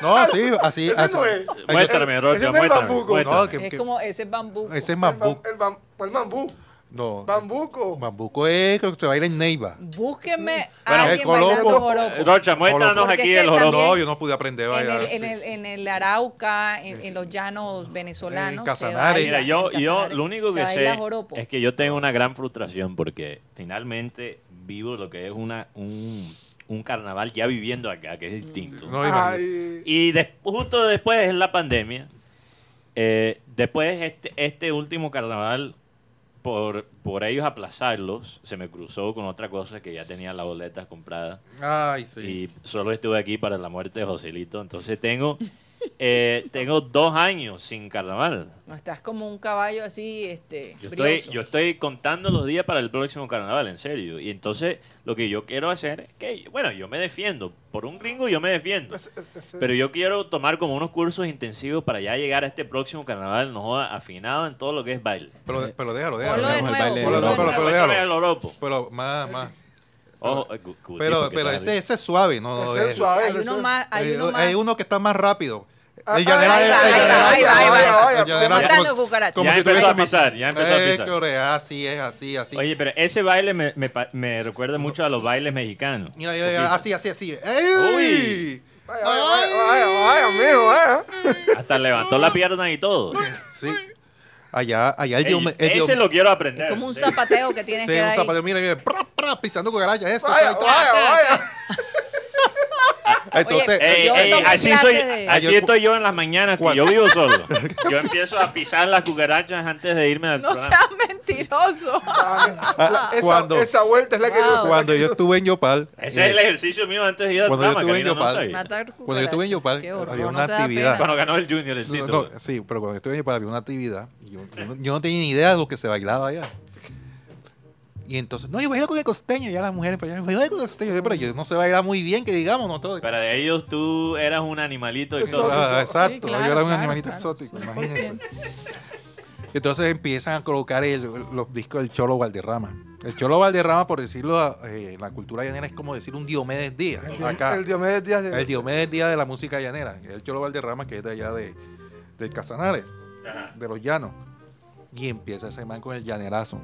no, sí, así.
Ese
así.
no es.
Ay,
Muéstrame, Rocha,
ese no es
muéstrame.
bambuco.
No,
muéstrame.
que-
Es
que-
como ese bambú.
ese es
El, bam-
bambuco.
el, bam- el bambú.
No.
Bambuco.
Bambuco es creo que se baila en Neiva.
Búsquenme
Bueno,
a
el
alguien
colopo-
bailando
Eh,
joropo.
Rocha, muéstranos
Joropo.
Porque
aquí
es que
el joropo.
también-
No, yo no pude aprender a
En el,
bailar.
en, el, en el Arauca, en, en los llanos venezolanos.
En
se
Casanare.
baila-
Mira, yo,
en
yo
Casanare
lo único
se
que
baila
sé
joropo.
es que yo tengo una gran frustración porque finalmente vivo lo que es una, un, un carnaval ya viviendo acá, que es distinto.
Mm. No, imagínate.
Ay,
Y des- justo después es la pandemia. Eh, después este, este último carnaval, por, por ellos aplazarlos, se me cruzó con otra cosa que ya tenía las boletas compradas
Ay, sí.
y solo estuve aquí para la muerte de Joselito. Entonces tengo, eh, tengo dos años sin carnaval.
No, Estás como un caballo así, este,
Yo estoy,
brioso.
yo estoy contando los días para el próximo carnaval, en serio. Y entonces lo que yo quiero hacer es que, bueno, yo me defiendo. Por un gringo yo me defiendo.
ese- ese-
Pero yo quiero tomar como unos cursos intensivos para ya llegar a este próximo carnaval, no joda, afinado en todo lo que es baile.
Pero, pero déjalo, déjalo.
Ponlo de
Vamos al
nuevo.
baile de
ponlo de
joropo.
nuevo.
pero- pero
Otra
déjalo.
vez el oropo.
Pero más, más.
Ojo, eh, gu- gu-
Pero,
tipo, ¿qué
pero
tal?
ese, ese es suave, no.
ese es
déjalo.
suave,
Hay
ese-
uno más. Hay
Eh,
uno más.
hay uno que está más rápido.
Ah,
El llanera
ahí
es-
va,
el
ahí
llanera
va,
es
ahí va,
como-
ahí va,
el
ahí va.
llanera es
Matando
como-
cucarachas.
como
Ya
si
empezó
tuviese
a pisar, ya empezó a
Eh,
pisar.
que oreja, así es, así es, así.
Oye, pero ese baile me, me pa- me recuerda mucho a los bailes mexicanos.
Mira, mira, mira, así, así,
Uy.
así. ¡Ey!
Vaya, vaya, vaya, vaya, mijo, vaya.
Hasta levantó la pierna y todo.
Sí. Allá, allá el
Ey,
diome- el
ese
diome-
lo quiero aprender.
Como un
Sí.
zapateo que tienes
Sí,
que
un
dar. ahí.
zapateo, mira, mira, pra, pra, pisando cucarachas, eso.
Vaya,
sí, tra-
vaya, vaya.
oh,
Entonces, eh,
Ey,
Yo
ey,
tomé
así
clase
soy,
de-
así
Yo-
estoy yo en las mañanas, tío. Yo vivo solo. Yo empiezo a pisar las cucarachas antes de irme al
No
programa.
seas mentiroso.
ah,
Esa,
cuando,
esa vuelta es la que
Wow.
yo.
cuando yo estuve en Yopal,
Ese
eh,
es el ejercicio mío antes de ir al
Cuando yo
programa.
estuve
que
en
yo no
Yopal-
sabía.
Matar
Cuando yo estuve
cucarachas.
en Yopal,
Qué horror,
había
¿no
una
te da pena?
actividad.
Cuando ganó el Junior el
No,
título.
no, sí, pero cuando estuve en Yopal había una actividad. y yo, yo no- yo no tenía ni idea de lo que se bailaba allá. Y entonces, no, yo bailo con el costeño. Ya las mujeres, pero yo bailo con el costeño. Yo, Pero yo no sé bailar muy bien, que digamos, no todo.
Para de ellos tú eras un animalito
Ah,
exótico.
exacto,
Sí, claro,
yo era un
claro,
animalito
claro,
exótico,
100%.
imagínense. Entonces empiezan a colocar el- los discos del Cholo Valderrama. El Cholo Valderrama, por decirlo eh, en la cultura llanera, es como decir un Diomedes Díaz.
El,
acá.
el Diomedes Díaz de-
El Diomedes Díaz de la música llanera, que es el Cholo Valderrama, que es de allá de, de Casanare, de los llanos. Y empieza ese man con el llanerazo.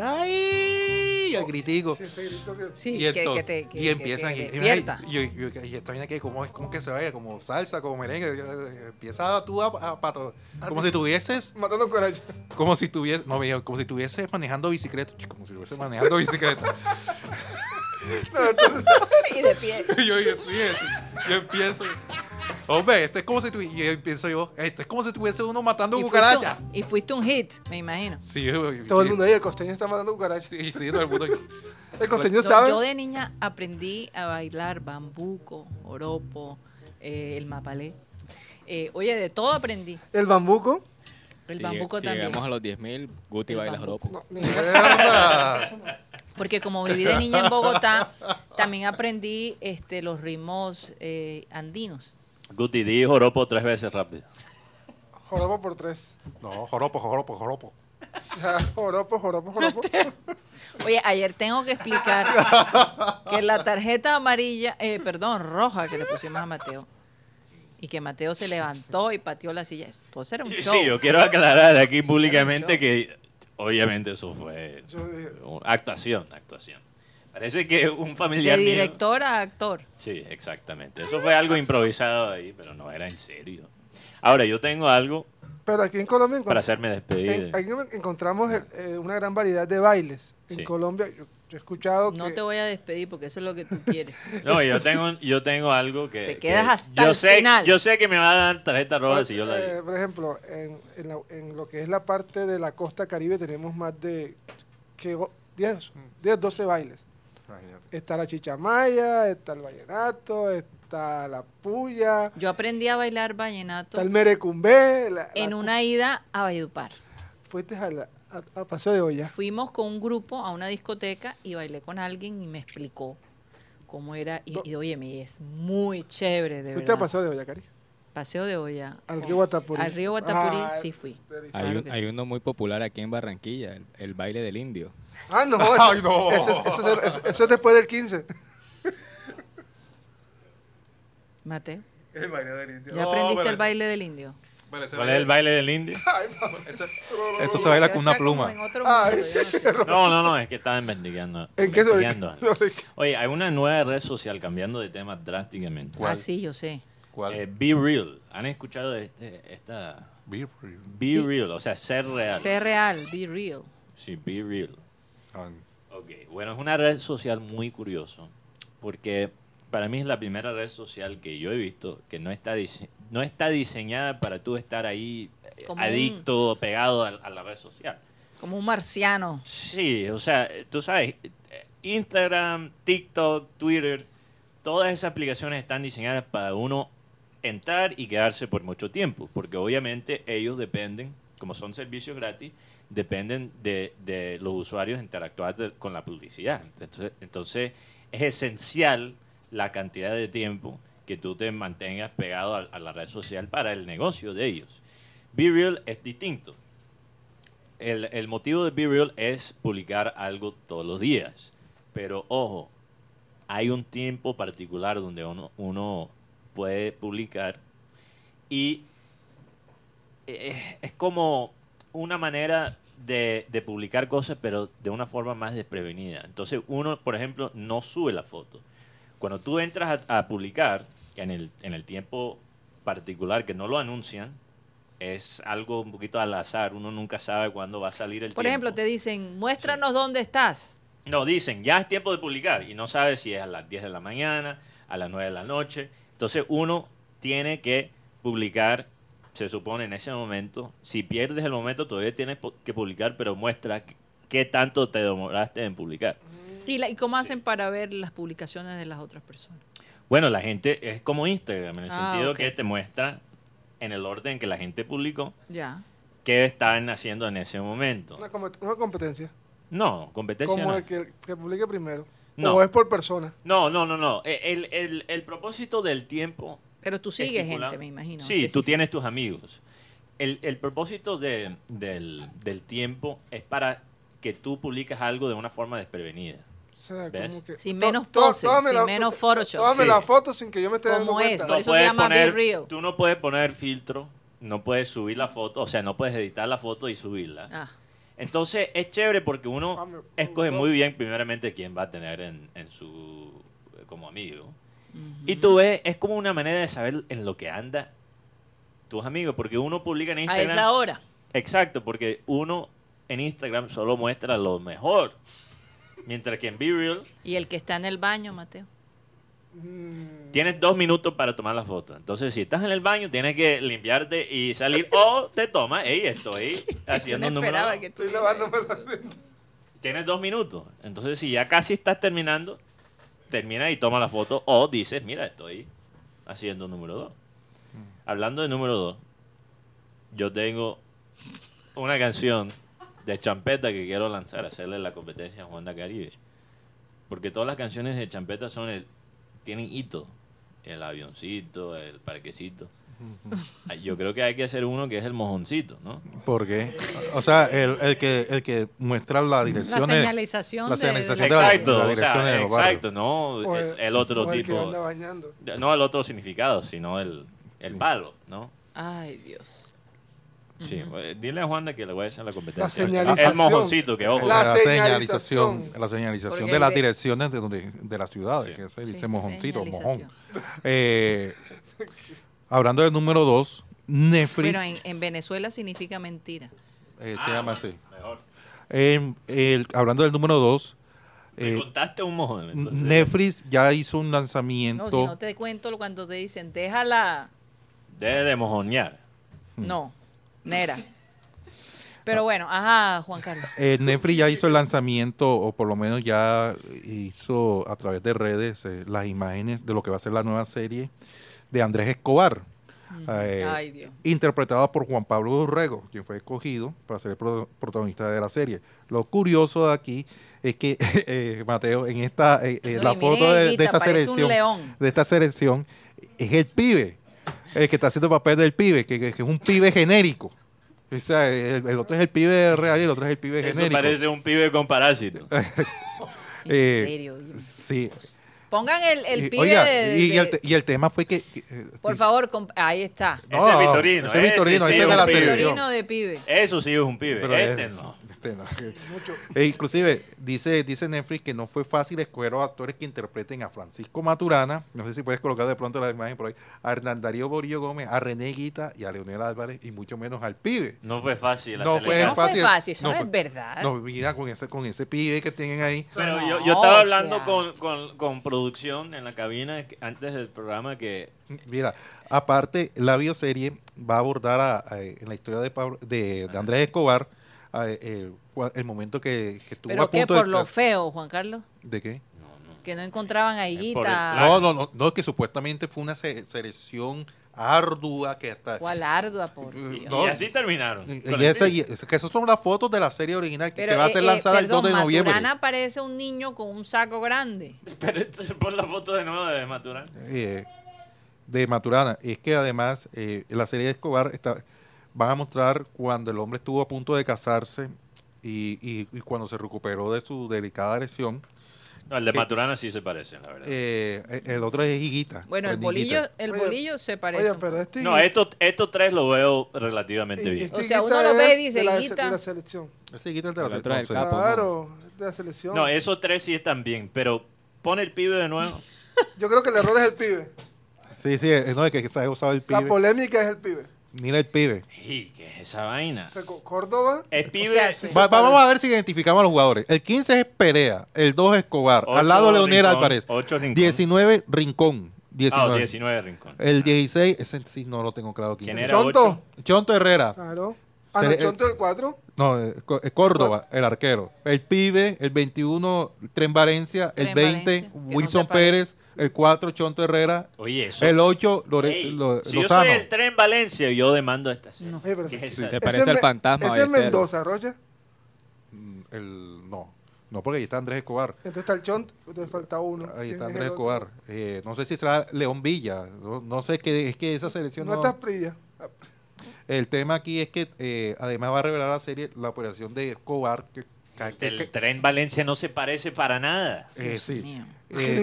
¡Ay! Y el gritico.
Sí, ese grito que-
Sí,
y, entonces-
que, que te, que,
y empiezan.
que
y-
te
y-
despierta.
y, y- y- y esta vaina que, ¿cómo, es- cómo que se baila? Como salsa, como merengue. eh, Empieza tú a, a pato- Como si tuvieses.
Matando cucarachas.
Como si tuvieses. No, me dijo, como si tuvieses manejando bicicleta. Como si tuvieses manejando bicicleta.
Y de pie.
Y yo dije, sí, es- yo empiezo. Hombre, este es como si tu- y yo empiezo yo, este es como si tuviese uno matando
Y fuiste
cucarachas.
un- Y fuiste un hit, me imagino.
Sí, yo- yo-
Todo el
y-
mundo ahí, el costeño está matando cucarachas.
y- sí, todo el mundo.
El costeño
Pues, No,
sabe.
yo de niña aprendí a bailar bambuco, oropo, eh, el mapalé. Eh, oye, de todo aprendí.
El bambuco.
El
Si lleg-
bambuco
si
también.
llegamos a los 10.000, Guti
El
baila
bambuco.
joropo.
Mierda.
Porque como viví de niña en Bogotá, también aprendí este, los ritmos eh, andinos.
Guti, di joropo tres veces rápido.
Joropo por tres.
No, joropo, joropo, joropo.
Ya, Joropo, joropo, joropo.
Oye, ayer tengo que explicar que la tarjeta amarilla, eh, perdón, roja que le pusimos a Mateo, y que Mateo se levantó y pateó la silla. Todo eso era un
Sí,
show.
sí, yo quiero aclarar aquí
Era
públicamente
un
que obviamente eso fue
Yo dije,
actuación, actuación. Parece que un
de
familiar mío-
director a actor.
Sí, exactamente. Eso fue algo improvisado ahí, pero no era en serio. Ahora, yo tengo algo
Pero aquí en Colombia encont-
para hacerme despedir.
en- aquí en- encontramos el- eh, una gran variedad de bailes. En
Sí.
Colombia, yo, yo he escuchado
No
que
te voy a despedir porque eso es lo que tú quieres.
No, yo tengo, yo tengo algo que...
Te
que
quedas hasta
yo
el
sé,
final.
Yo sé que me va a dar tarjeta roja si yo la
Eh, por ejemplo, en, en la- en lo que es la parte de la costa caribe tenemos más de que o- 10, 10, 12 bailes.
Imagínate.
Está la chichamaya, está el vallenato, está la puya,
Yo aprendí a bailar vallenato
está el merecumbé. la- la-
en una ida a Valledupar.
Fuiste a, la- a- a Paseo de Olla.
Fuimos con un grupo a una discoteca y bailé con alguien y me explicó cómo era. Y,
Do-
y, oye, me es muy chévere, de
Fuiste a
verdad.
Paseo de Olla, Cari.
Paseo de olla.
Al
con-
río Guatapurí.
Al río Guatapurí
Ah,
sí fui.
delicioso.
Hay,
Claro
un-
que
hay
sí.
uno muy popular aquí en Barranquilla, el, el baile del indio.
Ah, no.
Ay, no.
Eso, es- eso es- eso- eso es después del 15.
Mateo,
El baile del indio.
ya aprendiste el baile del indio.
¿Cuál es el baile del indio?
Eso se baila con una
Está como
pluma.
en otro
Ay.
mundo, yo no sé.
No, no, no, es que estaba investigando.
¿En qué se
investigando algo. Oye, hay una nueva red social cambiando de tema drásticamente.
Ah, sí, yo sé.
¿Cuál?
Eh, Be Real. ¿Han escuchado de este- esta?
Beer.
Be Real, o sea, ser real.
Sé real, be real.
Sí, Be Real.
Ah,
Ok, bueno, es una red social muy curiosa porque para mí es la primera red social que yo he visto que no está, dise- no está diseñada para tú estar ahí eh,
Como un-
adicto, pegado a, a la red social.
Como un marciano.
Sí, o sea, eh, tú sabes, eh, Instagram, TikTok, Twitter, todas esas aplicaciones están diseñadas para uno entrar y quedarse por mucho tiempo, porque obviamente ellos dependen, como son servicios gratis, dependen de, de los usuarios interactuar de- con la publicidad. Entonces, entonces es esencial la cantidad de tiempo que tú te mantengas pegado a, a la red social para el negocio de ellos. Be Real es distinto. El, el motivo de Be Real es publicar algo todos los días. Pero ojo, hay un tiempo particular donde uno, uno puede publicar y eh, es como una manera de, de publicar cosas, pero de una forma más desprevenida. Entonces uno, por ejemplo, no sube la foto. Cuando tú entras a, a publicar en el, en el tiempo particular que no lo anuncian, es algo un poquito al azar. Uno nunca sabe cuándo va a salir el
Por
tiempo.
ejemplo, te dicen, muéstranos dónde estás.
No, dicen, ya es tiempo de publicar y no sabes si es a las 10 de la mañana, a las 9 de la noche. Entonces uno tiene que publicar, se supone en ese momento, si pierdes el momento todavía tienes pu- que publicar, pero muestra qué- qué tanto te demoraste en publicar.
¿Y, la- y cómo hacen para ver las publicaciones de las otras personas?
Bueno, la gente es como Instagram, en el
Ah,
sentido
ok.
que te muestra en el orden que la gente publicó
Ya.
qué están haciendo en ese momento.
Una, com- una competencia.
No, competencia
como
no.
el que, que publique primero.
No.
O es por persona.
No, no, no, no. E-, El, el- el propósito del tiempo
Pero tú sigues
Estipulado.
gente, me imagino.
Sí,
que
tú tienes tus amigos. El, el propósito de- del, del tiempo es para que tú publicas algo de una forma desprevenida.
O sea,
¿Ves?
como que-
Sin
to-
menos
to-
poses,
tómame
sin
la-
menos
to-
Photoshop.
Tómame
Sí.
la foto sin que yo me esté dando
Como es,
cuenta.
Por eso se
puedes
llama Be
poner-
Real.
Tú no puedes poner filtro, no puedes subir la foto, o sea, no puedes editar la foto y subirla.
Ah,
Entonces es chévere porque uno
Ah, me- me
escoge
gustó.
muy bien primeramente quién va a tener en, en su como amigo.
ujú.
Y tú ves, es como una manera de saber en lo que anda tus amigos, porque uno publica en
a
Instagram.
esa hora.
Exacto, porque uno en Instagram solo muestra lo mejor. Mientras que en Be Real
Y el que está en el baño, Mateo.
Mm,
tienes dos minutos para tomar la foto. Entonces, si estás en el baño, tienes que limpiarte y salir. O te tomas, hey, estoy haciendo un número. dos".
que tú
Estoy lavándome la frente.
Tienes dos minutos. Entonces, si ya casi estás terminando, termina y toma la foto. O dices, mira, estoy haciendo un número dos. Hablando de número dos, yo tengo una canción de champeta que quiero lanzar, hacerle la competencia a Juan da Caribe. Porque todas las canciones de champeta son el, tienen hito. El avioncito, el parquecito. Ah, Yo creo que hay que hacer uno que es el mojoncito, ¿no?
¿Por qué? O sea, el, el que, el que muestra la
La
dirección.
señalización.
la
de-
señalización de la-
Exacto, o
dirección
sea,
de los
exacto, no
O
el, el otro
o el que
tipo.
anda bañando.
No el otro significado, sino el, el palo, ¿no?
Ay, Dios.
Sí, eh, dile a Juanda que le voy a hacer la competencia.
señalización.
El mojoncito, que ojo.
La
La,
señalización.
señalización. La señalización
Porque
de
hay
las
de-
direcciones de, donde, de las ciudades, que se dice
Sí,
mojoncito, mojón.
señalización.
Eh, hablando del número dos, Netflix.
Pero en, en Venezuela significa mentira.
eh, se llama así.
Ah, Mejor.
En- el- hablando del número dos,
Me
eh,
contaste un mojón. entonces.
Netflix ya hizo un
No,
lanzamiento.
si no te cuento cuando te dicen, déjala.
Debe de mojonear.
Mm.
No, nera. Pero bueno, ajá, Juan Carlos.
Eh, Netflix ya hizo el lanzamiento, o por lo menos ya hizo a través de redes eh, las imágenes de lo que va a ser la nueva serie de Andrés Escobar, eh,
Ay, Dios.
interpretada por Juan Pablo Dorrego, quien fue escogido para ser el pro- protagonista de la serie. Lo curioso de aquí es que, eh, Mateo, en esta eh, eh,
No,
la
y miren
foto
el
de, de
guita,
esta
parece un
selección,
león.
de esta selección es el pibe, el que está haciendo el papel del pibe, que, que- que es un pibe genérico. O sea, el, el otro es el pibe real y el otro es el pibe
Eso
genérico.
parece un pibe con parásito.
En
Eh,
serio. Dios.
Sí.
Pongan el, el
Y-
pibe
oiga,
de- de-
y, y el, te- y el tema fue que... que, eh,
Por
dice-
favor, comp- ahí está.
No,
ese es Vitorino.
ese es Vitorino,
sí
ese es de
un
la
pibe.
selección.
Torino de pibe.
Eso sí es un pibe.
pero
este
es-
no.
este no. E inclusive dice, dice Netflix que no fue fácil escoger a los actores que interpreten a Francisco Maturana, no sé si puedes colocar de pronto la imagen por ahí, a Hernán Darío Borillo Gómez, a René Guita y a Leonel Álvarez y mucho menos al pibe.
No fue fácil. la
No fue
selección.
No fue
fácil,
fácil, eso
no
no,
fue-
es verdad.
No, mira con ese, con ese pibe que tienen ahí.
Pero
No,
yo, yo estaba
o
hablando
sea.
con, con, con producción en la cabina que- antes del programa que
Mira, aparte, la bioserie va a abordar a- a, eh, en la historia de, Pablo- de, de Andrés Escobar a, eh, el, cua- el momento que, que estuvo
Pero
a
que
punto
por
de...
lo feo, Juan Carlos,
¿De qué?
que no encontraban a
por el
Higuita.
flaco.
No, no, no, no, que supuestamente fue una se- selección ardua que hasta...
¿Cuál ardua, por
Eh,
Dios.
no.
Y así terminaron.
Y-
con
y
el
esa-
pibe.
y- es que esas son las fotos de la serie original que, que va a
eh,
ser
eh,
lanzada
perdón,
el 2 de noviembre.
Maturana parece un niño con un saco grande.
Pero entonces pon la foto de nuevo de Maturana.
eh, de Maturana. Es que además eh, la serie de Escobar está, van a mostrar cuando el hombre estuvo a punto de casarse y, y- y cuando se recuperó de su delicada lesión.
No, el de
Que-
Maturana sí se parece, la verdad.
Eh, eh, el otro es Higuita.
Bueno, el
René Higuita.
bolillo, el
Oye,
bolillo se parece.
Oye,
un
pero
poco.
este.
no, estos, estos tres lo veo relativamente
este
bien.
O sea,
Higuita
uno lo ve y
es
dice,
de la,
Higuita.
de la selección.
Ese Higuita es de la
El otro es el
selección.
capo.
Claro, de la selección.
No, esos tres sí están bien, pero pone el pibe de nuevo.
Yo creo que el error es el pibe.
Sí, sí, eh, no, es que se ha usado el
La
pibe.
polémica es el pibe.
Mira el pibe.
Ey, ¿Qué es esa vaina?
O sea, Co- Córdoba.
El pibe. Ah,
sea, sí.
Va- va- vamos a ver si identificamos a los jugadores. El 15 es Perea, el 2 es Escobar, al lado
Ocho
Leonel
Rincón,
Álvarez,
ocho Rincón.
19 Rincón, 19.
Ah, 19 Rincón.
El
Ah.
16, ese sí no lo tengo claro.
¿Quién
quién es.
era?
Chonto.
ocho?
Chonto Herrera,
Claro. Ah,
Se
no,
le-
Chonto del 4.
no, eh, Co- eh, Córdoba, el arquero. El Pibe, el 21, Tren Valencia, el
Tren
20,
Valencia, que no
Wilson
se parece.
Pérez, el 4, Chonto Herrera,
Oye, eso.
el 8, Lore,
Ey,
Lo-
si yo soy
Lozano.
el tren Valencia, yo demando a esta señora.
Eh, pero
¿Qué
sí.
es
Sí,
esa?
se parece al fantasma.
Ese es
Ballesteros.
Mendoza, Rocha.
Mm, el- no, no, porque ahí está Andrés Escobar.
Entonces está el Chonto, entonces falta uno.
Ahí
¿Quién es
está Andrés
el otro?
Escobar. Eh, no sé si será León Villa. No, no sé qué es que esa selección.
No
no-
está Prilla.
El tema aquí es que eh, además va a revelar la serie la operación de Escobar. Que, que- que-
El tren Valencia no se parece para nada.
eh, sí.
mío.
Eh,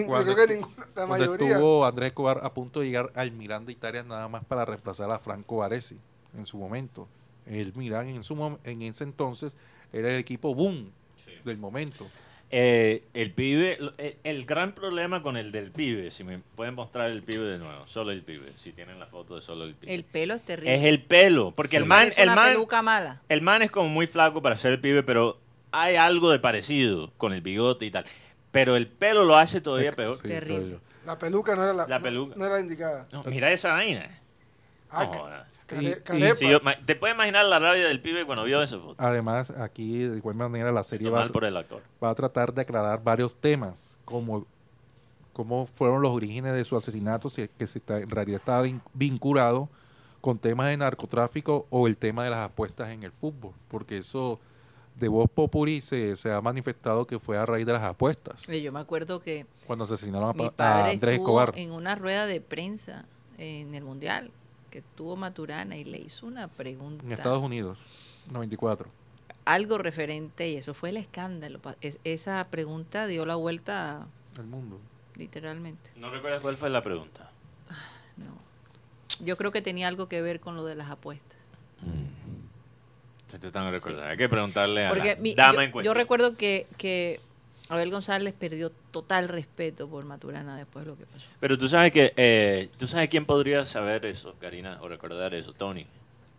Yo
cuando
creo que ninguna, la
cuando
mayoría.
estuvo Andrés Escobar a punto de llegar al Milán de Italia nada más para reemplazar a Franco Baresi en su momento. El Milán en, su mom- en ese entonces era el equipo boom del momento.
Eh, el pibe, lo- eh, el gran problema con el del pibe, si me pueden mostrar el pibe de nuevo, solo el pibe, si tienen la foto de solo el pibe.
El pelo es terrible.
es el pelo, porque el man,
es
el
una
man,
peluca mala.
el man es como muy flaco para ser el pibe, pero hay algo de parecido con el bigote y tal. Pero el pelo lo hace todavía peor.
Sí,
Terrible.
todavía.
La peluca no era la,
La
no-
peluca.
No, era la indicada.
No, mira esa vaina.
Ah,
No
ca-
jodas.
care-
Y- y-
carepa.
Sí, yo- ma- ¿Te puedes imaginar la rabia del pibe cuando vio esa
Ah,
foto?
Además, aquí de igual manera la serie va a
Mal por el actor.
va a tratar de aclarar varios temas, como cómo fueron los orígenes de su asesinato, si es que se está, en realidad estaba vin- vinculado con temas de narcotráfico o el tema de las apuestas en el fútbol, porque eso de voz populi se, se ha manifestado que fue a raíz de las apuestas,
Eh, Yo me acuerdo que
cuando asesinaron a,
mi
Ah, pa- a
padre
Andrés
estuvo
Escobar.
en una rueda de prensa en el Mundial que tuvo Maturana y le hizo una pregunta.
En Estados Unidos, 94.
algo referente y eso fue el escándalo. Pa- es- esa pregunta dio la vuelta
El mundo.
literalmente.
No recuerdas cuál fue la pregunta.
No. Yo creo que tenía algo que ver con lo de las apuestas.
Se te están recordando. Hay que preguntarle a
Porque
la
mi-
dama en
yo, yo
cuestión.
recuerdo que, que Abel González perdió total respeto por Maturana después de lo que pasó.
Pero tú sabes que eh, tú sabes quién podría saber eso, Karina, o recordar eso, Tony.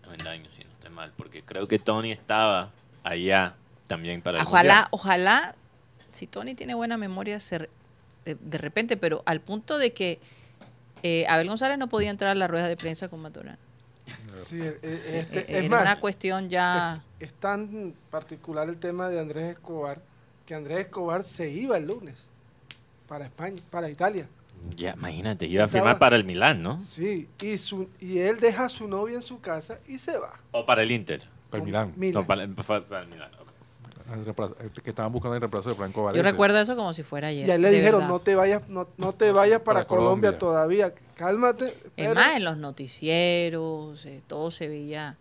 Avendaño, si no estoy mal, porque creo que Tony estaba allá también para el
Ojalá,
Mundial.
ojalá, si Tony tiene buena memoria se re- de, de repente, pero al punto de que eh, Abel González no podía entrar a la rueda de prensa con Maturana.
Sí, eh, eh, este,
Eh,
es
Era
más, eh,
una cuestión ya...
es tan particular el tema de Andrés Escobar que Andrés Escobar se iba el lunes para España, para Italia.
Ya, imagínate, iba a
Estaba-
firmar para el Milán, ¿no?
Sí, y, su, y él deja a su novia en su casa y se va.
O para el Inter.
Para el
Con
Milán.
Milan.
No, para, para- para el Milán. ok.
el reemplazo- el Que estaban buscando el reemplazo de Franco
Yo
Varese.
recuerdo eso como si fuera ayer.
Y a él le
de
dijeron,
verdad.
no te vayas, no, no te vayas para,
Para
Colombia.
Colombia.
todavía, cálmate.
Es
espera".
más, en los noticieros, eh, todo se veía.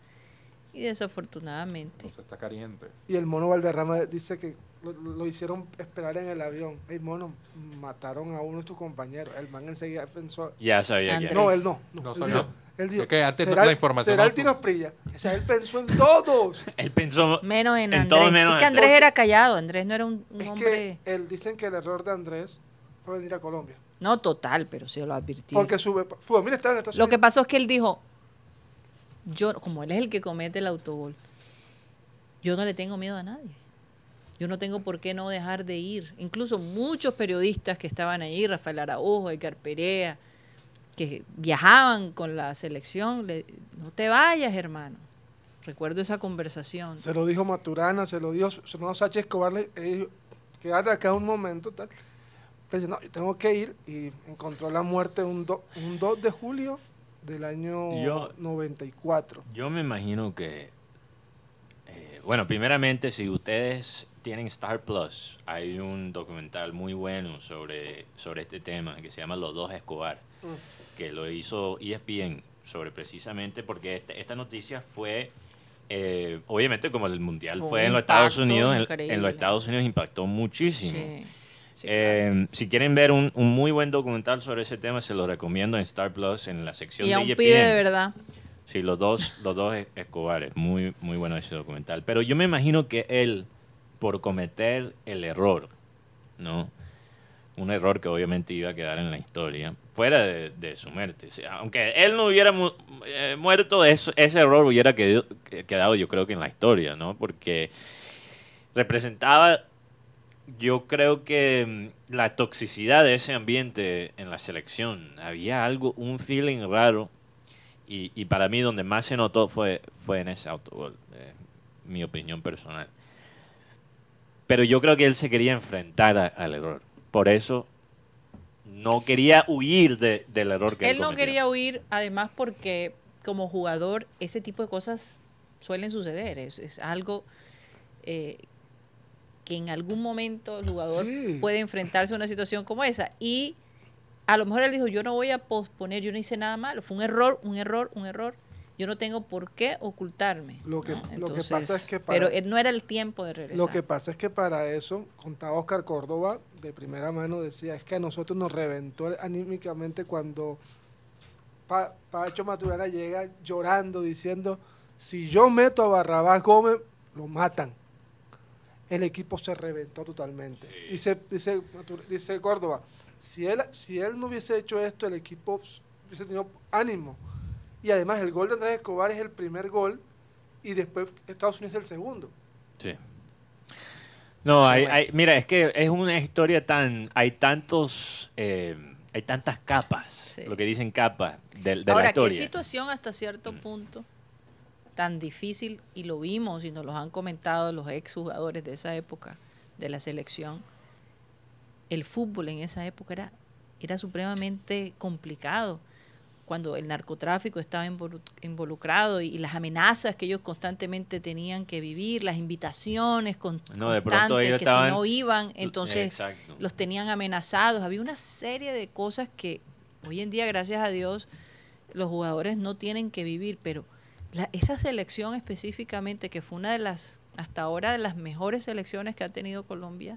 Y desafortunadamente.
Entonces está caliente.
Y el mono Valderrama dice que lo, lo hicieron esperar en el avión. El mono, mataron a uno de tus compañeros. El man enseguida pensó...
Ya sabía
Andrés.
quién.
No, él no. no,
No
él
sabía.
dijo- él dijo,
Es que antes
"Será
la
el-
información
Será el
no-
tiro Prilla. O sea, él pensó en todos.
Él pensó.
Menos en
En
Andrés.
todo menos
es que
en-
Andrés era callado. Andrés no era un, un
Es
hombre.
que él, dicen que el error de Andrés fue venir a Colombia.
No total, pero se lo advirtió.
Porque su be- su familia estaba en Estados
lo que
Unidos.
pasó es que él dijo: yo Como él es el que comete el autogol, yo no le tengo miedo a nadie. Yo no tengo por qué no dejar de ir. Incluso muchos periodistas que estaban ahí, Rafael Araujo, Edgar Perea, que viajaban con la selección, le- no te vayas, hermano. Recuerdo esa conversación.
Se lo dijo Maturana, se lo dijo su su hermano Sánchez Escobar. Le le dijo, quédate acá un momento. Tal. Pero dice, no, yo tengo que ir. Y encontró la muerte un, do- un 2 de julio del año
Yo-
94.
Yo me imagino que, eh, bueno, primeramente, si ustedes tienen Star Plus, hay un documental muy bueno sobre, sobre este tema que se llama Los dos Escobar, que lo hizo E ESPN sobre precisamente porque este- esta noticia fue, eh, obviamente como el Mundial
Fue
fue
un
en los Estados
impacto
Unidos, en- en,
increíble.
los Estados Unidos impactó
Sí,
muchísimo.
sí, claro.
Eh, si quieren ver un, un muy buen documental sobre ese tema, se lo recomiendo en Star Plus, en la sección
y
de E
a un
ESPN.
pibe de verdad.
Sí, los dos, los dos Es- Escobares. Muy, muy bueno ese documental. Pero yo me imagino que él, por cometer el error, ¿no? un error que obviamente iba a quedar en la historia, fuera de, de su muerte. O sea, aunque él no hubiera mu- eh, muerto, eso- ese error hubiera quedado, quedado yo creo que en la historia, ¿no? Porque representaba, yo creo que mm, la toxicidad de ese ambiente en la selección. Había algo, un feeling raro. Y, y para mí donde más se notó fue, fue en ese autogol, eh, mi opinión personal. Pero yo creo que él se quería enfrentar a- al error. Por eso no quería huir de- del error que él,
Él no
cometió.
quería huir, además porque como jugador ese tipo de cosas suelen suceder. Es, es algo eh, que en algún momento el jugador
Sí.
puede enfrentarse a una situación como esa. Y a lo mejor él dijo, yo no voy a posponer, yo no hice nada malo. Fue un error, un error, un error. Yo no tengo por qué ocultarme.
Lo que-
¿no?
lo que pasa es que para-
Pero él no era el tiempo de regresar.
Lo que pasa es que para eso, contaba Oscar Córdoba, de primera mano decía, es que a nosotros nos reventó anímicamente cuando Pa- Pacho Maturana llega llorando, diciendo, si yo meto a Barrabás Gómez, lo matan. El equipo se reventó totalmente. Dice, dice, Matur- dice Córdoba, si él, si él no hubiese hecho esto, el equipo hubiese tenido ánimo. Y además el gol de Andrés Escobar es el primer gol y después Estados Unidos es el segundo.
Sí. No, hay, hay- mira, es que es una historia tan... Hay tantos... eh, hay tantas capas,
Sí.
lo que dicen capas de, de
Ahora,
la historia.
qué situación hasta cierto punto tan difícil, y lo vimos y nos lo han comentado los exjugadores de esa época, de la selección. El fútbol en esa época era, era supremamente complicado cuando el narcotráfico estaba involu- involucrado y, y las amenazas que ellos constantemente tenían que vivir, las invitaciones con-
No, de pronto
constantes que
ellos
si
estaban- eh,
no iban, entonces
Exacto.
los tenían amenazados. Había una serie de cosas que hoy en día, gracias a Dios, los jugadores no tienen que vivir, pero la- esa selección específicamente, que fue una de las, hasta ahora, de las mejores selecciones que ha tenido Colombia,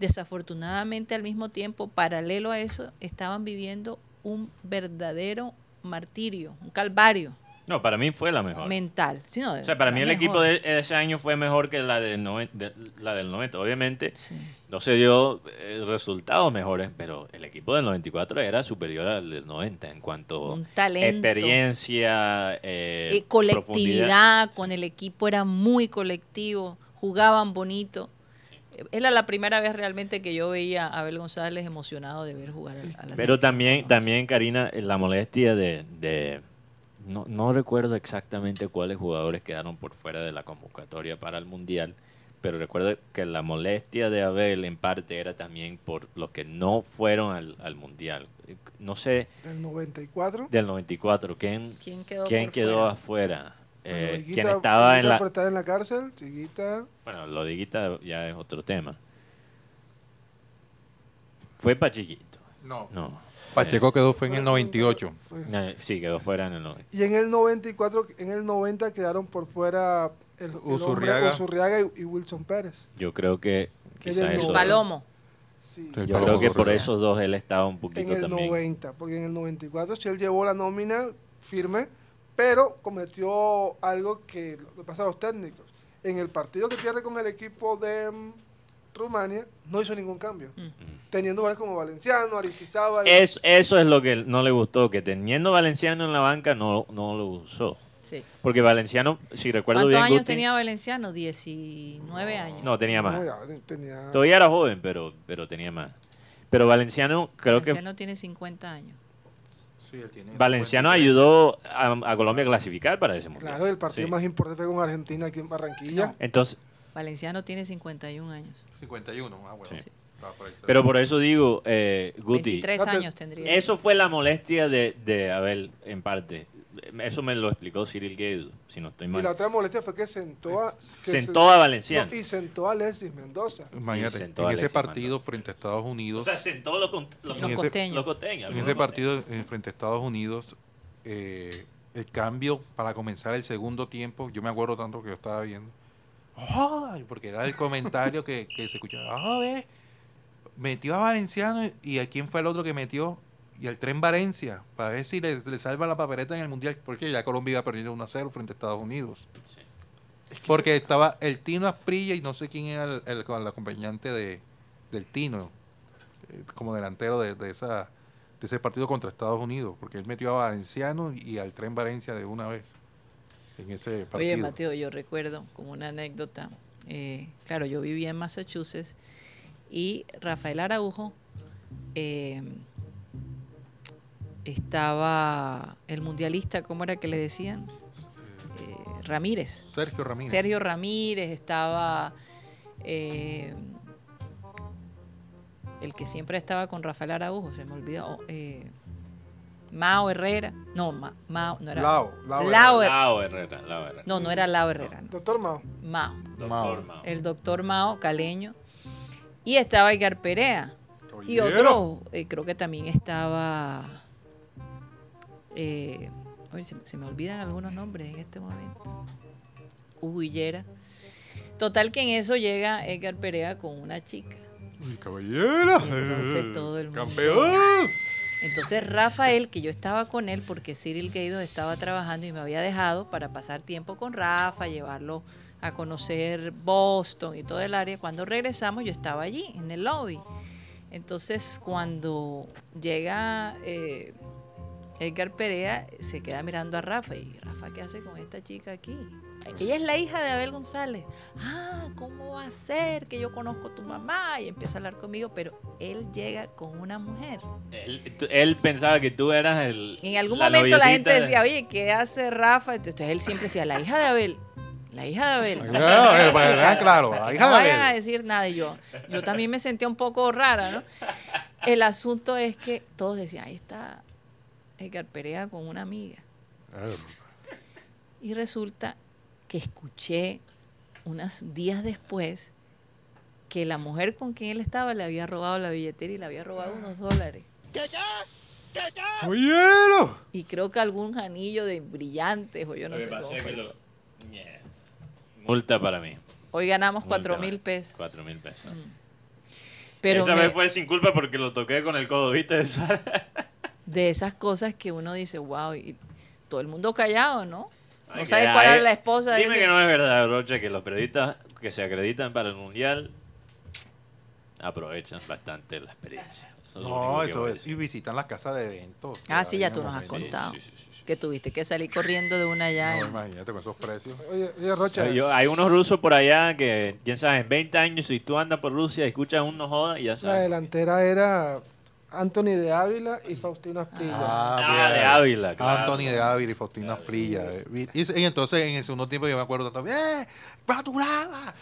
desafortunadamente al mismo tiempo, paralelo a eso, estaban viviendo un verdadero martirio, un calvario
No, para mí fue la mejor.
mental. Sí, no,
O sea, para
la
mí el
mejor.
equipo de ese año fue mejor que la del, noven- de- la del 90. Obviamente
Sí.
no se dio eh, resultados mejores, pero el equipo del 94 era superior al del 90 en cuanto
Un
a
talento.
experiencia, eh,
eh,
profundidad.
colectividad con el equipo, era muy colectivo, jugaban bonito. Eh, Era la primera vez realmente que yo veía a Abel González emocionado de ver jugar a, a la
Pero
selección,
también,
¿no?
también Karina, eh, la molestia de... de- no, no recuerdo exactamente cuáles jugadores quedaron por fuera de la convocatoria para el Mundial, pero recuerdo que la molestia de Abel en parte era también por los que no fueron al, al Mundial. Eh, No sé,
Del 94.
del 94, ¿quién,
¿Quién quedó,
quién
por
quedó
fuera?
afuera? Eh,
Bueno, Higuita-
¿Quién estaba en
Higuita
la...?
por estar en la cárcel, Chiguita.
Bueno, lo de Guita ya es otro tema. Fue Pachiquito,
No.
no.
Pacheco quedó fue en el 98.
Fue-
Eh, Sí, quedó fuera en el 90.
Y en el 94, en el 90 quedaron por fuera el, el hombre
Usurriaga.
Usurriaga y, y Wilson Pérez.
Yo creo que quizá
Ella no.
eso. ¿eh?
El Palomo.
Sí.
Sí.
Yo creo que por esos dos él estaba un
En
poquito
el
también.
90, porque en el 94 si él llevó la nómina firme, pero cometió algo que lo- le pasa a los técnicos. En el partido que pierde con el equipo de mm, Rumania, no hizo ningún cambio. Teniendo jugadores como Valenciano, Aristizábal.
Es, Mm. eso es lo que no le gustó, que teniendo Valenciano en la banca no, no lo usó.
Sí.
Porque Valenciano, si recuerdo
¿Cuántos
bien,
años
Guti-
tenía Valenciano? 19 años.
no tenía
No,
más.
ya tenía-
Todavía era joven, pero, pero tenía más. Pero Valenciano, creo
Valenciano tiene 50 años.
Sí, él tiene
que Valenciano
53.
ayudó a, a Colombia a clasificar para ese mundial.
Claro, el partido
Sí. Ah,
más importante fue con Argentina aquí en Barranquilla.
No.
Entonces,
Valenciano tiene 51 años.
51. Ah, bueno.
Sí.
Estaba por ahí cerca.
pero por eso digo, eh, Guti,
23
O sea, te-
años tendría.
Eso fue la molestia de, de Abel, en parte. Eso me lo explicó Cyril Gay, si no estoy
Y la
mal.
otra molestia fue que sentó a, que
Sentó a Valenciano.
no, y sentó a Alexis Mendoza.
Imagínate,
Y
en
sentó a
ese
Alexis
partido frente a Estados Unidos,
O sea, sentó los con- los
Los
ese-
costeños.
los costeños,
en
algunos
ese
costeños.
partido eh, frente a Estados Unidos, eh, el cambio para comenzar el segundo tiempo, yo me acuerdo tanto que yo estaba viendo, ¡Ay! porque era el comentario que, que se escuchaba, ¡Ah, ve! Metió a Valenciano y a quién fue el otro que metió, y al tren Valencia, para ver si le, le salva la papereta en el Mundial, porque ya Colombia iba perdiendo 1 0 frente a Estados Unidos. Porque estaba el Tino Asprilla y no sé quién era el, el- el acompañante de, del Tino. eh, como delantero de, de esa, de ese partido contra Estados Unidos, porque él metió a Valenciano y al Tren Valencia de una vez en ese partido.
Oye, Mateo, yo recuerdo como una anécdota. eh, claro, yo vivía en Massachusetts y Rafael Araujo eh, estaba el mundialista, ¿cómo era que le decían? Eh, Ramírez.
Sergio Ramírez.
Sergio Ramírez estaba. eh, el que siempre estaba con Rafael Araujo, se me olvidó. eh, Mao Herrera. No, Ma- Mao, no era.
Lao, Lao
Lao Her-
Lao Herrera, Lao Herrera.
No, no era Lao Herrera. no.
Doctor Mao.
Mao.
Doctor Mao.
El doctor Mao, caleño. Y estaba Edgar Perea. Y
Oye,
otro, eh, creo que también estaba. eh, oye, se, se me olvidan algunos nombres en este momento. Hugo Hillera. Total que en eso llega Edgar Perea con una chica.
uy, caballero.
Y entonces todo el mundo-
¡Campeón!
Entonces Rafael, que yo estaba con él porque Cyril Gaydos estaba trabajando y me había dejado para pasar tiempo con Rafa, llevarlo a conocer Boston y todo el área. Cuando regresamos yo estaba allí, en el lobby. Entonces cuando llega eh, Edgar Perea, se queda mirando a Rafa y Rafa, ¿qué hace con esta chica aquí? Ella es la hija de Abel González. Ah, ¿cómo va a ser que yo conozco a tu mamá? Y empieza a hablar conmigo, pero él llega con una mujer.
Él, tú- él pensaba que tú eras el.
En algún
la
momento la
noviecita
gente
de-
decía, oye, ¿qué hace Rafa? Entonces él siempre decía, la hija de Abel, la hija de Abel.
Claro, eh, para- ah, claro,
Para
la
que
hija
no
de
vayan
Abel.
a decir nada. Y yo, yo también me sentía un poco rara, ¿no? El asunto es que todos decían, ahí está Edgar Perea con una amiga. Y resulta que escuché unos días después que la mujer con quien él estaba le había robado la billetera y le había robado unos dólares.
¡Caballero!
Y creo que algún anillo de brillantes o yo no
Lo que
sé
pasa
cómo.
es que
fue.
lo- Yeah. Multa para mí.
Hoy ganamos
Multa
4
para
mil
mí.
pesos.
Cuatro mil pesos.
Pero
Esa
me-
vez fue sin culpa porque lo toqué con el codo, ¿viste? Esa-
de esas cosas que uno dice, wow, y todo el mundo callado, ¿no?
Ay,
No sabes
que
cuál
ahí-
era la esposa de
Dime
ese-
que no es verdad, Rocha, que los periodistas que se acreditan para el mundial aprovechan bastante la experiencia. Eso es lo único
No,
que
eso
voy a
es.
decir.
Y visitan las casas de eventos.
Ah, sí, ya
Ahí
tú
en
nos has
Miami.
contado.
sí, sí, sí, sí.
Que tuviste que salir corriendo de una eh. allá.
No,
en-
imagínate con esos precios.
Oye, oye, Rocha.
Ah, Yo- hay unos rusos por allá que, quién sabe, en 20 años, si tú andas por Rusia, escuchas un no joda y ya
La
sabes.
delantera era Anthony de Ávila y Faustino Asprilla.
Ah, de Ávila, claro.
Anthony de Ávila y Faustina Frilla. eh. Y, y- y entonces en el segundo tiempo yo me acuerdo tanto, ¡eh! ¡Paturada!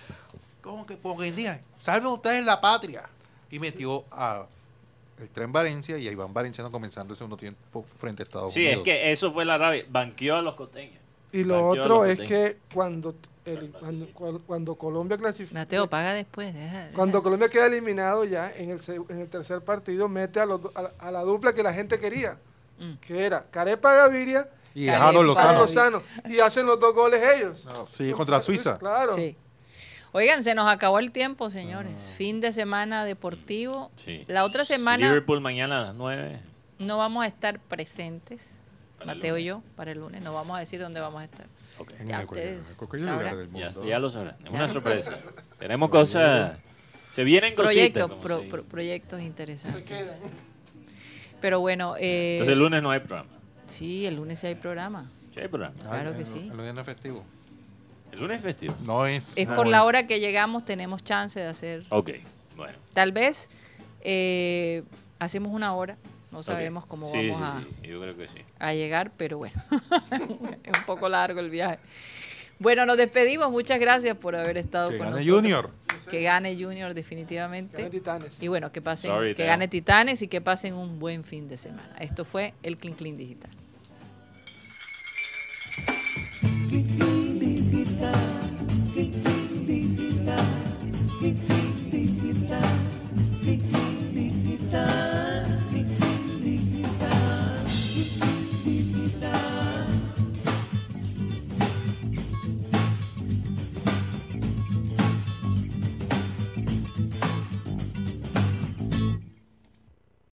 Como que como que decían, salven ustedes la patria. Y metió a el tren Valencia y a Iván Valenciano comenzando el segundo tiempo frente a Estados
Sí, es
Unidos.
que eso fue la rabia. Banqueó a los costeños.
Y lo
Cualquiera
otro
lo
es
tenga.
que cuando, el- cuando, cual- cuando Colombia clasificó.
Mateo, paga después. deja- deja.
Cuando Colombia queda eliminado ya en el, seg- en el tercer partido, mete a, los do- a la- a la dupla que la gente quería,
Mm.
que era Carepa Gaviria
Y dejaron los
Para
Carepa.
sanos.
Lozano. Y hacen los dos goles ellos.
Sí, contra Suiza.
Claro.
Sí. Oigan, se nos acabó el tiempo, señores.
Ah.
Fin de semana deportivo.
Sí.
La otra semana
Liverpool mañana a las 9.
no vamos a estar presentes,
Para el
Mateo y
lunes.
yo, para el lunes. No vamos a decir dónde vamos a estar.
Ok.
Ya
En el cualquier-
ustedes
cualquier
sabrán.
lugar del
Ya,
mundo.
ya lo sabrán.
Ya
Es una
lo
sorpresa. Tenemos cosas. Se vienen cositas.
Proyectos,
como
pro-
se
pro-
dice.
proyectos interesantes. Pero bueno, eh,
Entonces el lunes no hay programa.
sí, el lunes sí hay programa.
Sí hay programa.
Claro
Ah,
que
el-
sí.
El lunes no es festivo.
El lunes es festivo.
No es.
Es
Ah,
no
por la hora que llegamos, tenemos chance de hacer.
Ok, bueno.
Tal vez eh, hacemos una hora, no
ok.
sabemos cómo
Sí,
vamos a,
sí, sí, Yo creo que sí.
a llegar, pero bueno, es un poco largo el viaje. Bueno, nos despedimos, muchas gracias por haber estado
Que
con
gane
nosotros.
Junior.
Que gane Junior definitivamente.
Eran titanes.
Y bueno, que pasen,
Sorry,
que
Teo.
gane Titanes y que pasen un buen fin de semana. Esto fue el Clean Clean Digital.